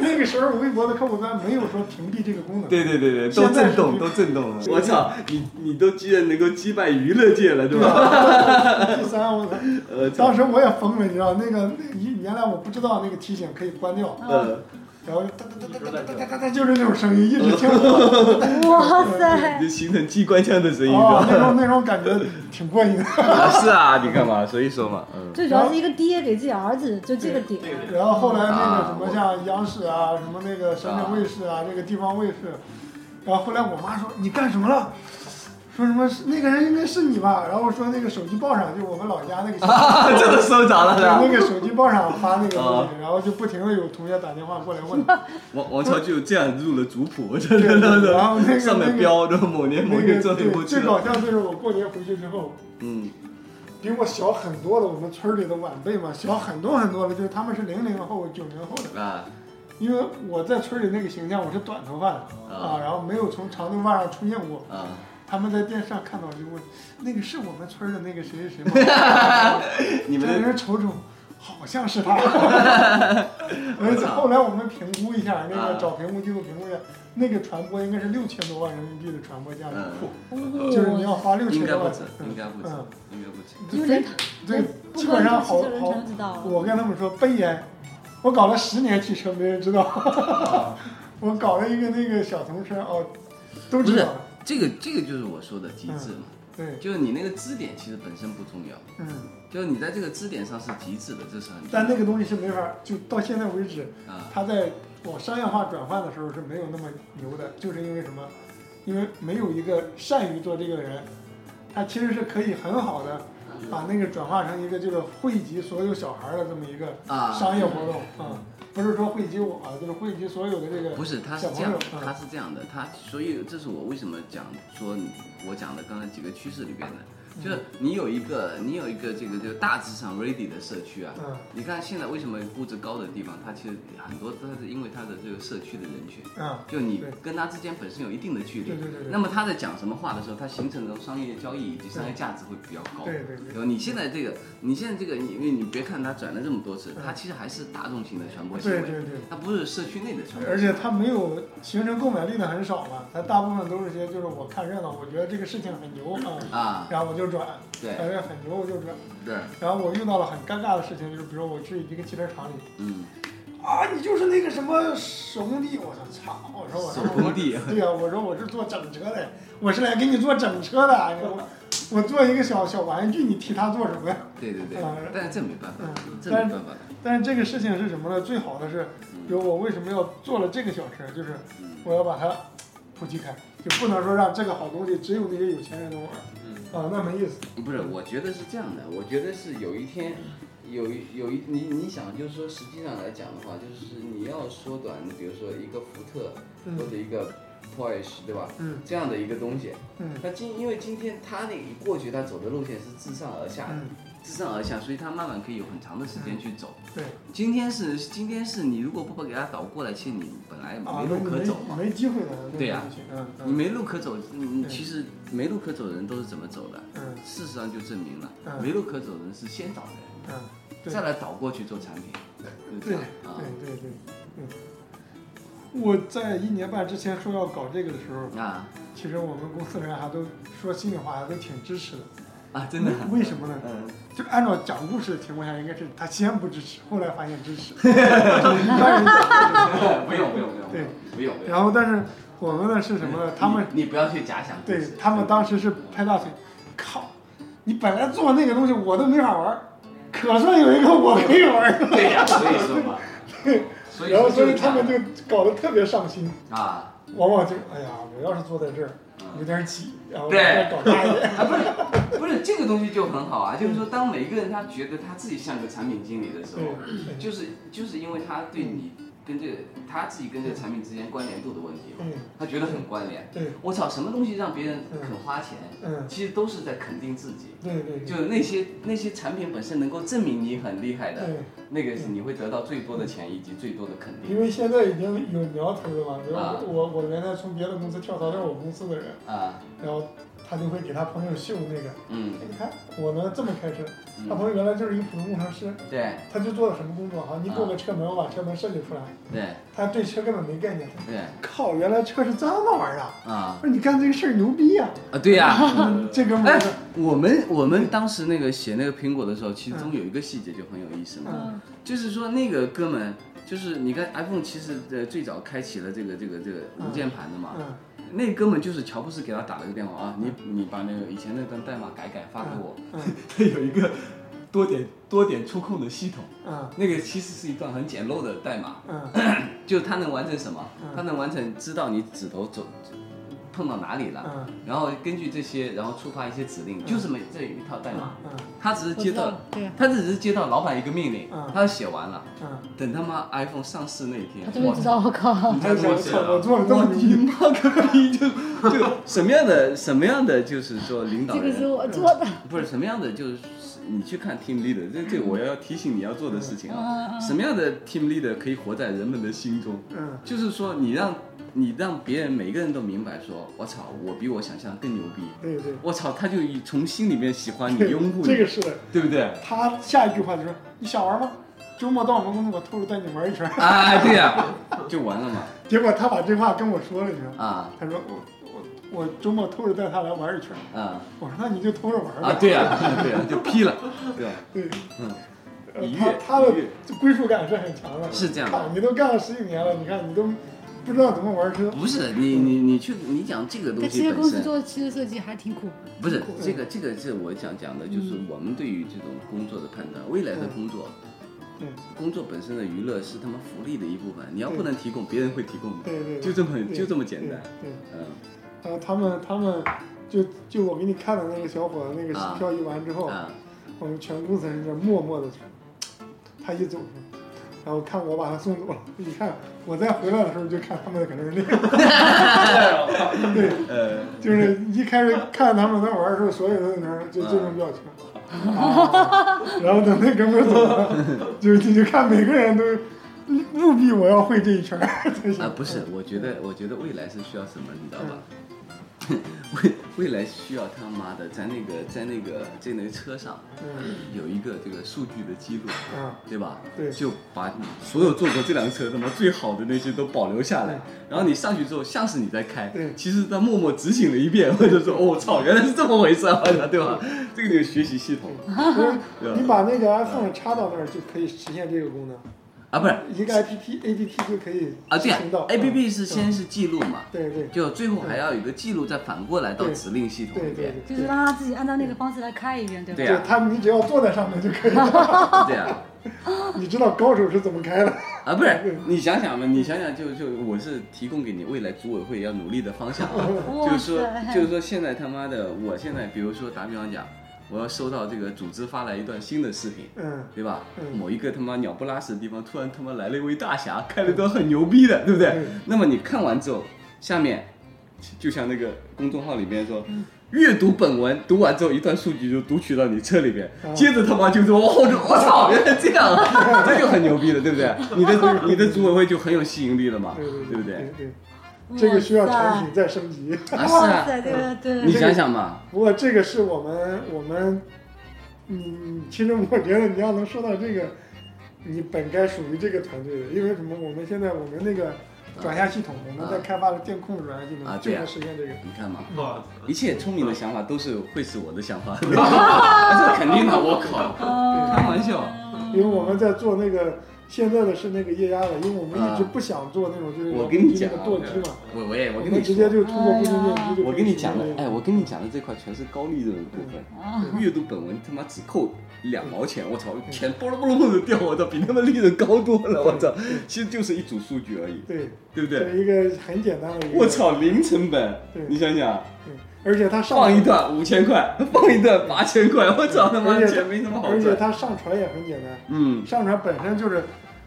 S3: 那个时候微博的客户端没有说屏蔽这个功能。
S2: 对对对对，都震动，都震动了。我操，你你都居然能够击败娱乐界了，对吧？
S3: *laughs* 第三，我操
S2: 呃，
S3: *laughs* 当时我也疯了，你知道那个 *laughs* 那原原来我不知道那个提醒可以关掉。
S2: 呃，
S3: 然后哒哒哒哒哒哒哒哒哒，就是那种声音，一直听。
S2: *laughs*
S4: 哇塞！
S2: 就形成机关枪的声音，
S3: 哦，
S2: 对
S3: 那种 *laughs* 那种感觉挺过瘾的。
S2: *laughs*
S3: *laughs*
S2: 吧？是啊，你看嘛，所以说嘛，嗯，
S4: 最主要是一个爹给自己儿子，就这个点。
S3: 然后后来那个什么像央视啊，什么那个深圳卫视啊，这个地方卫视，然后后来我妈说你干什么了？说什么是那个人应该是你吧？然后说那个手机报上，就我们老家那个小
S2: *laughs* 啊，真的收着了是吧？
S3: 对那个手机报上发那个东
S2: 啊
S3: 西，然后就不停的有同学打电话过
S2: *laughs*
S3: 来问，
S2: 王王超就这样入了族谱，真
S3: 对
S2: 的真的，
S3: 然后那个
S2: 上面标着某年某
S3: 那
S2: 月
S3: 个
S2: 这里
S3: 对，
S2: 过去
S3: 最搞
S2: 了，
S3: 笑就是我过年回去之后，
S2: 嗯，
S3: 比我小很多的我们村里的晚辈嘛，小很多很多的，就是他们是零零后、九零后的，
S2: 啊
S3: 因为我在村里那个形象我是短头发的啊，然后没有从长头发上出现过，
S2: 啊，
S3: 他们在电视上看到就问，那个是我们村的那个谁谁谁吗？
S2: *laughs* 你
S3: 这
S2: 们
S3: 人瞅瞅，好
S2: *laughs*
S3: 像是他。 *laughs* 而且后来我们评估一下，那个
S2: 啊
S3: 找评估机构评估一下，那个传播应该是六千多万人民币的传播价值，
S2: 嗯，
S3: 就是你要花六
S2: 应
S3: 千
S2: 该
S3: 多
S2: 不
S3: 万
S2: 止，，应该不止
S3: 嗯，
S2: 应该不止，
S3: 对
S6: 就连他，
S3: 对，
S6: 不
S3: 基
S6: 光
S3: 本上
S6: 是
S3: 好
S6: 这人
S3: 好
S6: 全，知道啊了。
S3: 我跟他们说背烟，我搞了十年汽车，没人知道， *laughs* 我搞了一个那个小童车哦，都知道，
S2: 这个这个就是我说的机制嘛，
S3: 对，
S2: 就是你那个支点其实本身不重要，
S3: 嗯，
S2: 就是你在这个支点上是极致的，这是很重要
S3: 但那个东西是没法，就到现在为止，
S2: 啊
S3: 它在往商业化转换的时候是没有那么牛的，就是因为什么？因为没有一个善于做这个的人，他其实是可以很好的把那个转化成一个就是惠及所有小孩儿的这么一个
S2: 啊，
S3: 商业活动啊、不是说惠及我啊，就是惠及所有的这个
S2: 不是，他是
S3: 小
S2: 这
S3: 朋
S2: 样
S3: 友，啊
S2: 他是这样的，他所以这是我为什么讲说你我讲的刚才几个趋势里边的。
S3: 嗯
S2: 就是你有一个，你有一个这个这个大致上 ready 的社区啊，
S3: 嗯
S2: 你看现在为什么物质高的地方，它其实很多它是因为它的这个社区的人群，
S3: 啊，
S2: 就你
S3: 对
S2: 跟它之间本身有一定的距离
S3: 对。对对对，
S2: 那么他在讲什么话的时候，它形成的商业交易以及商业价值会比较高。
S3: 对对对
S2: 吧你现在这个，你现在这个，你因为你别看它转了这么多次，
S3: 嗯
S2: 它其实还是大众型的传播行
S3: 对
S2: 为，
S3: 对对，
S2: 它不是社区内的传播。
S3: 而且它没有形成购买力的很少嘛，它大部分都是些就是我看热闹，我觉得这个事情很牛啊、
S2: 啊，
S3: 然后我就转，
S2: 对
S3: 感觉很牛我就转。
S2: 对，
S3: 然后我遇到了很尴尬的事情，就是比如我去一个汽车厂里，
S2: 嗯，
S3: 啊，你就是那个什么手工地，我说操，我哦说我
S2: 手工地
S3: 对呀、我说我是做整车的，我是来给你做整车的，哎我我做一个小小玩具，你替他做什么呀？
S2: 对对对
S3: 嗯，
S2: 但是这没办法
S3: 嗯，
S2: 这没办法的，
S3: 但是这个事情是什么呢？最好的是，比如我为什么要做了这个小车，就是
S2: 嗯
S3: 我要把它普及开，就不能说让这个好东西只有那些有钱人能玩
S5: 嗯，
S3: 啊，那没意思。
S2: 不是，我觉得是这样的，我觉得是有一天，有一有一你你想，就是说实际上来讲的话，就是你要缩短，比如说一个福特
S3: 嗯
S2: 或者一个 Porsche，对吧？
S3: 嗯
S2: 这样的一个东西，
S3: 嗯
S2: 那今因为今天他那一过去，他走的路线是自上而下的，
S3: 嗯，
S2: 自上而下，所以他慢慢可以有很长的时间去走。
S3: 对
S2: 今天是今天是你如果不把给他倒过来，其实你本来
S3: 啊，
S2: 没
S3: 那
S2: 路可走
S3: 你
S2: 嘛，
S3: 没没机会了。
S2: 对呀
S3: 嗯
S2: 你
S3: 嗯
S2: 没路可走，你
S3: 对
S2: 其实没路可走的人都是怎么走的？
S3: 嗯
S2: 事实上就证明了，
S3: 嗯
S2: 没路可走的人是先倒的人，
S3: 嗯，对
S2: 再来倒过去做产品，就这
S3: 对
S2: 样啊
S3: 对对对，嗯。我在一年半之前说要搞这个的时候，
S2: 啊
S3: 其实我们公司的人还都说心里话，还都挺支持的。
S2: 啊！真的，
S3: 为什么呢？
S2: 嗯，
S3: 就按照讲故事的情况下，应该是他先不支持，后来发现支持。 *laughs* 然
S2: 不用不用不用，
S3: 对
S2: 不用不用。
S3: 后，但是我们呢是什
S2: 嗯
S3: 么呢？他们
S2: 你你不要去假想故
S3: 对
S2: 事，
S3: 他们当时是拍大腿，靠！你本来做那个东西我都没法玩儿，可算有一个我可以玩儿。
S2: 对呀，所以说嘛，所以
S3: 然后
S2: 说
S3: 所
S2: 就
S3: 以
S2: 是
S3: 他们
S2: 这样
S3: 就搞得特别上心，
S2: 啊。嗯
S3: 往往就哎呀，我要是坐在这儿有点挤，然后再搞大一
S2: *laughs*
S3: 点。
S2: 啊，不是不是，这个东西就很好啊，就是说，当每个人他觉得他自己像个产品经理的时候，
S3: 对，
S2: 就是就是因为他对你跟这个他自己跟这个产品之间关联度的问题嘛，
S3: 嗯
S2: 他觉得很关联。
S3: 对，
S2: 我操，什么东西让别人
S3: 嗯
S2: 肯花钱，
S3: 嗯，
S2: 其实都是在肯定自己。
S3: 对对对，
S2: 就是那些那些产品本身能够证明你很厉害的，
S3: 对，
S2: 那个是你会得到最多的钱以及最多的肯
S3: 因
S2: 定
S3: 为现在已经有苗头了嘛，比如
S2: 啊
S3: 我我我原来从别的公司跳槽到我公司的人，
S2: 啊，
S3: 然后他就会给他朋友秀那个，
S2: 嗯
S3: 哎你看我能这么开车，他朋
S2: 嗯，
S3: 友原来就是一个普通工程师，
S2: 对
S3: 他就做了什么工作啊？你给我个车门，我把车门设计出来，
S2: 对
S3: 他对车根本没概念。
S2: 对
S3: 靠，原来车是这么玩儿的！
S2: 啊
S3: 不是你干这个事儿牛逼呀、嗯
S2: 啊，对呀、
S3: 这哥们
S2: 哎
S3: 儿是，
S2: 我们我们当时那个写那个苹果的时候，其中有一个细节就很有意思嘛，
S4: 嗯
S2: 就是说那个哥们，就是你看 iPhone 其实呃最早开启了这个这个这个无键盘的嘛，
S3: 嗯
S2: 那哥们就是乔布斯给他打了个电话啊，你你把那个以前那段代码改改发给我，
S3: 嗯
S2: *laughs* 他有一个多点多点触控的系统，
S3: 嗯
S2: 那个其实是一段很简陋的代码，
S3: 嗯
S2: 就它能完成什么
S3: 嗯？
S2: 它能完成知道你指头走碰到哪里了，
S3: 嗯
S2: 然后根据这些，然后触发一些指令，就是每这有一套代码，
S3: 嗯
S2: 他只是
S4: 我
S2: 接
S4: 知道
S2: 到
S4: 了，对，
S2: 他只是接到老板一个命令
S3: 嗯，
S2: 他写完了，
S3: 嗯，
S2: 等他妈 iPhone 上市那一天
S6: 他，终于知道，我靠，
S2: 你
S3: 还有
S2: 才多啊
S3: 想操，哎我做了这么牛逼，
S2: 妈个逼！就就什么样的什么样的就是说领导
S6: 这个是
S2: 人，嗯
S6: 我做的，
S2: 不是什么样的就是你去看 team leader，这这我要提醒你要做的事情
S4: 嗯嗯
S2: 啊，
S4: 嗯
S2: 什么样的 team leader 可以活在人们的心中？
S3: 嗯
S2: 就是说你让你让别人每个人都明白说，我操，我比我想象更牛逼，
S3: 对对，
S2: 我操，他就从心里面喜欢你
S3: 对
S2: 拥护
S3: 这
S2: 你
S3: 个，是的。
S2: 对不对？
S3: 他下一句话就是：“你想玩吗？周末到我们公司，我偷着带你玩一圈。 *laughs*
S2: 啊，对呀、就完了嘛。”
S3: 结果他把这话跟我说了，你知道吗？
S2: 啊
S3: 他说我我我周末偷着带他来玩一圈。
S2: 啊
S3: 我说那你就偷着玩
S2: 啊，
S3: 呗。
S2: 对呀、对呀、就批了，对吧？嗯
S3: 对，呃
S2: 一
S3: 他
S2: 月
S3: 他的
S2: 一月
S3: 归属感是很强的。
S2: 是这样的
S3: 靠，你都干了十几年了，你看你都不知道怎么玩车。
S2: 不是你你你去你讲这个东
S4: 在汽
S2: 西
S4: 车
S2: 本
S4: 公司
S2: 身
S4: 做汽车设计还挺苦，
S2: 不是
S4: 挺苦的
S2: 这个这个是我想讲的，就是我们对于这种工作的判断，未来的工作
S3: 对，
S2: 工作本身的娱乐是他们福利的一部分，你要不
S3: 对
S2: 能提供，别人会提供的，
S3: 对对，
S2: 就这么
S3: 对
S2: 就这么简单，。
S3: 对，
S2: 嗯
S3: 对呃，他们他们就就我给你看的那个小伙子那个
S2: 啊
S3: 戏漂移完之后，
S2: 啊
S3: 我们全公司人在默默的，他一走出来，然后看我把他送走了，一看我再回来的时候就看他们可能是那个，
S2: 呃
S3: 就是一开始看他们在玩的时候，所有人在那儿就这种表情。啊然后等那哥们儿走了，就就就看每个人都务必我要会这一圈儿 *laughs* 才行
S2: 啊，不是，我觉得我觉得未来是需要什么，你知道吧？
S3: 嗯
S2: *laughs* 未未来需要他妈的在那个在那个在那个车上
S3: 嗯
S2: 有一个这个数据的记录。
S3: 啊，
S2: 对吧？
S3: 对
S2: 就把所有坐过这辆车他妈最好的那些都保留下来，然后你上去之后像是你在开，
S3: 对
S2: 其实他默默执行了一遍，或者说哦操，原来是这么回事啊，对吧？这个就是学习系统
S3: 就是你把那个 iPhone 插到那儿就可以实现这个功能，
S2: 啊，不是
S3: 一个 APP APP 就可以
S2: 啊，
S3: 执
S2: 对啊
S3: 行到
S2: ，A P P
S3: 嗯
S2: 是先是记录嘛，
S3: 对对
S2: 就最后还要有一个记录，再反过来到指令系统
S3: 对
S2: 里
S3: 对
S2: 面，
S3: 对，
S4: 就是让他自己按照那个方式来开一遍，对吧？
S2: 对
S3: 就
S2: 呀
S3: 他你只要坐在上面就可以了。
S4: *laughs*
S2: 对啊。
S3: 你知道高手是怎么开的？
S2: 啊，不是，你想想嘛，你想想就就我是提供给你未来组委会要努力的方向啊，
S4: *laughs* 哇
S2: 就是说
S4: 塞
S2: 就是说现在他妈的，我现在比如说打比方讲，我要收到这个组织发来一段新的视频。
S3: 嗯，
S2: 对吧？
S3: 嗯
S2: 某一个他妈鸟不拉屎的地方，突然他妈来了一位大侠，开了一段很牛逼的，对不对？
S3: 嗯
S2: 那么你看完之后，下面就像那个公众号里面说，
S3: 嗯
S2: 阅读本文，读完之后一段数据就读取到你车里边，
S3: 啊
S2: 接着他妈就说，我后我操，原来这样啊，
S3: *laughs*
S2: 这就很牛逼了，对不对？你的你的组委会就很有吸引力了嘛，
S3: 嗯对对
S2: 不
S3: 对
S2: 对？
S3: 对，这个需要产品再升级。
S2: 啊，是
S4: 哇
S2: 啊，
S4: 塞，这个对
S2: 你想想嘛，
S3: 不过这个是我们我们，嗯，其实我觉得你要能说到这个，你本该属于这个团队的，因为什么？我们现在我们那个转
S4: 啊
S3: 向系统，我们在开发的电控转向系
S2: 啊
S3: 统就
S2: 对呀
S3: 能实现这个。
S2: 你看嘛，
S3: 啊
S5: *laughs* 哇
S2: 一切聪明的想法都是会是我的想法， *laughs* 啊这肯定的，我靠，
S4: 哦，
S2: 开玩笑。
S3: 因为我们在做那个现在的是那个液压的，因为我们一直不想做那种就是
S2: 啊我跟你
S3: 那
S2: 讲
S3: 个
S2: 啊
S3: 舵机嘛，
S2: 我我也我
S3: 我
S2: 跟你
S3: 们直接
S2: 说，
S3: 就通过固定电机就可以
S2: 我跟你讲的
S3: 实现这，个
S2: 哎，我跟你讲的这块全是高利润的部分， *laughs* 阅读本文他妈只扣两毛钱，我操，钱波隆波隆的掉，我操，比他们利润高多了，我操，其实就是一组数据而已，
S3: 对，
S2: 对不对？
S3: 是一个很简单的一个。
S2: 我！操，零成本
S3: 对，
S2: 你想想，
S3: 而且它上
S2: 放一段五千块，放一段八千块，我操他妈
S3: 而且
S2: 钱没什么好
S3: 而且
S2: 赚，
S3: 它上传也很简单，
S2: 嗯。
S3: 上传本身就是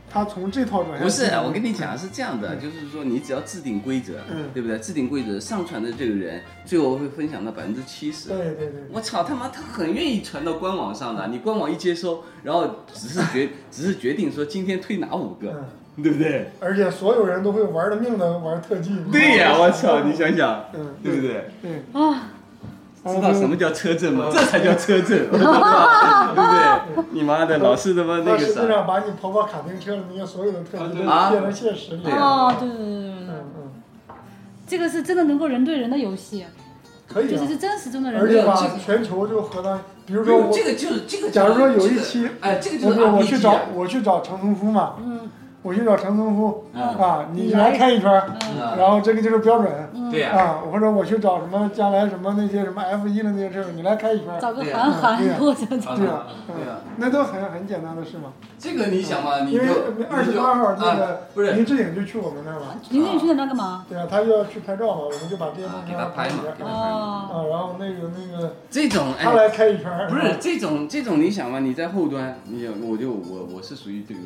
S3: 它从这套转向。
S2: 不是，啊我跟你讲，是这样的，就是说你只要制定规则，
S3: 嗯
S2: 对不对？制定规则，上传的这个人最后会分享到百分之七十。
S3: 对对对，
S2: 我操他妈，他很愿意传到官网上
S3: 嗯
S2: 的，你官网一接收，然后只是决 *laughs* 只是决定说今天推哪五个，
S3: 嗯，
S2: 对不对？
S3: 而且所有人都会玩了命的玩特技。
S2: 对呀，我操，你想想，
S3: 嗯，
S2: 对不对？
S3: 对，
S4: 啊，
S2: 知道什么叫车震
S3: 嗯
S2: 吗？这才叫车
S3: *laughs*
S2: 震，对不对？你妈的，老是他妈那
S3: 它
S2: 个
S3: 实际
S2: 啥，
S3: 上把你跑跑卡丁车那些所有的特技都
S2: 啊
S3: 变成现实了。
S2: 对啊
S4: 哦，对对对对对
S3: 嗯，嗯，
S4: 这个是真的能够人对人的游戏，
S3: 可以
S4: 就
S3: 啊
S4: 是。是真实中的人
S3: 而
S4: 对
S3: 且
S4: 人的
S3: 把
S4: 游戏。
S3: 全球就和它，比如
S2: 不
S3: 说
S2: 用
S3: 我
S2: 这，个就是这个就是。
S3: 假如说有
S2: 这
S3: 一
S2: 个
S3: 期
S2: 哎，这个
S3: 我
S2: 就是
S3: 不我去
S2: RPG
S3: 找
S2: 啊
S3: 我去找程同夫嘛，
S4: 嗯，
S3: 我遇到长村夫
S2: 嗯
S3: 啊，你
S4: 你
S3: 来
S4: 来
S3: 看一圈儿，
S4: 嗯
S2: 嗯
S3: 然后这个就是标准
S4: 嗯，
S2: 对呀、
S3: 啊，或者我去找什么将来什么那些什么 F 一的那些车，你来开一圈儿，
S4: 找个韩
S2: 嗯
S4: 寒
S3: 对啊
S4: 给我讲讲。
S3: 对呀，
S2: 对
S3: 嗯
S2: 呀、
S3: 那都很很简单的事嘛。
S2: 这个你想嘛，你
S3: 因
S2: 就
S3: 为
S2: 你就
S3: 二十八号那
S2: 啊
S3: 个
S2: 不是
S3: 林志颖就去我们那儿了，
S4: 林志颖去那边干嘛？
S3: 对啊，他就要去拍照嘛，我们就把这些
S2: 啊
S3: 东西
S2: 给他
S3: 让
S2: 拍嘛
S3: 里边儿
S2: 给他
S4: 哦，
S3: 啊，然后那个那个
S2: 这种哎
S3: 他来开一圈儿，
S2: 不
S3: 然
S2: 是
S3: 后
S2: 这种这种，你想嘛？你在后端，你想我就我我是属于这种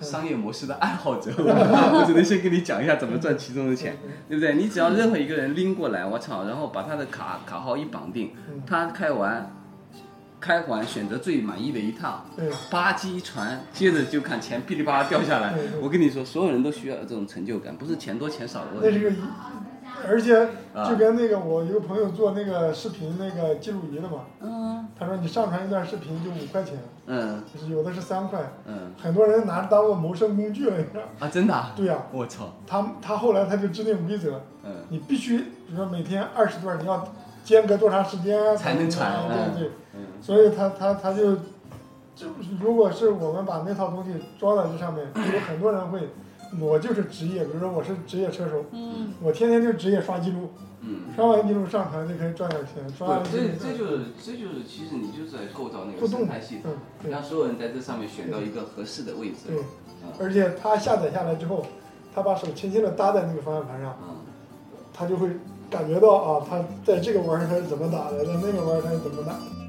S2: 商业模式的爱好者，我我只能先跟你讲一下怎么赚其中的钱，对不对？你只要任何一个人拎过来，我操，然后把他的卡卡号一绑定
S3: 嗯，
S2: 他开完开完选择最满意的一趟，
S3: 对
S2: 吧唧一传，接着就看钱噼里啪啦掉下来
S3: 对对。
S2: 我跟你说，所有人都需要这种成就感，不是钱多钱少的
S3: 那
S2: 问
S3: 是
S2: 题。
S3: 个一，而且
S2: 啊
S3: 就跟那个我一个朋友做那个视频那个记录仪的嘛，
S4: 嗯，
S3: 他说你上传一段视频就五块钱，
S2: 嗯
S3: 有的是三块，
S2: 嗯
S3: 很多人拿着当做谋生工具了，你知道？
S2: 啊，真的啊，
S3: 对呀、
S2: 我操，
S3: 他他后来他就制定规则，
S2: 嗯
S3: 你必须，比如说每天二十段，你要间隔多长时间啊
S2: *laughs* 才能传
S3: 啊
S2: 嗯
S3: 对对，
S2: 嗯
S3: 所以他他他就，就如果是我们把那套东西装到这上面，有很多人会，我就是职业，比如说我是职业车手，
S4: 嗯，
S3: 我天天就职业刷记录，
S2: 嗯。
S3: 刷完记录上传就可以赚点钱，刷完
S2: 不，
S3: 记
S2: 这
S3: 录
S2: 这就是这就是，其实你就是在构造那
S3: 互
S2: 个
S3: 动
S2: 生态系统
S3: 嗯，对
S2: 让所有人在这上面选到一个合适的位
S3: 对
S2: 置。，
S3: 而且他下载下来之后，他把手轻轻的搭在那个方向盘上，
S2: 嗯，
S3: 他就会感觉到啊，他在这个弯儿他是怎么打的，在那个弯儿他是怎么打的。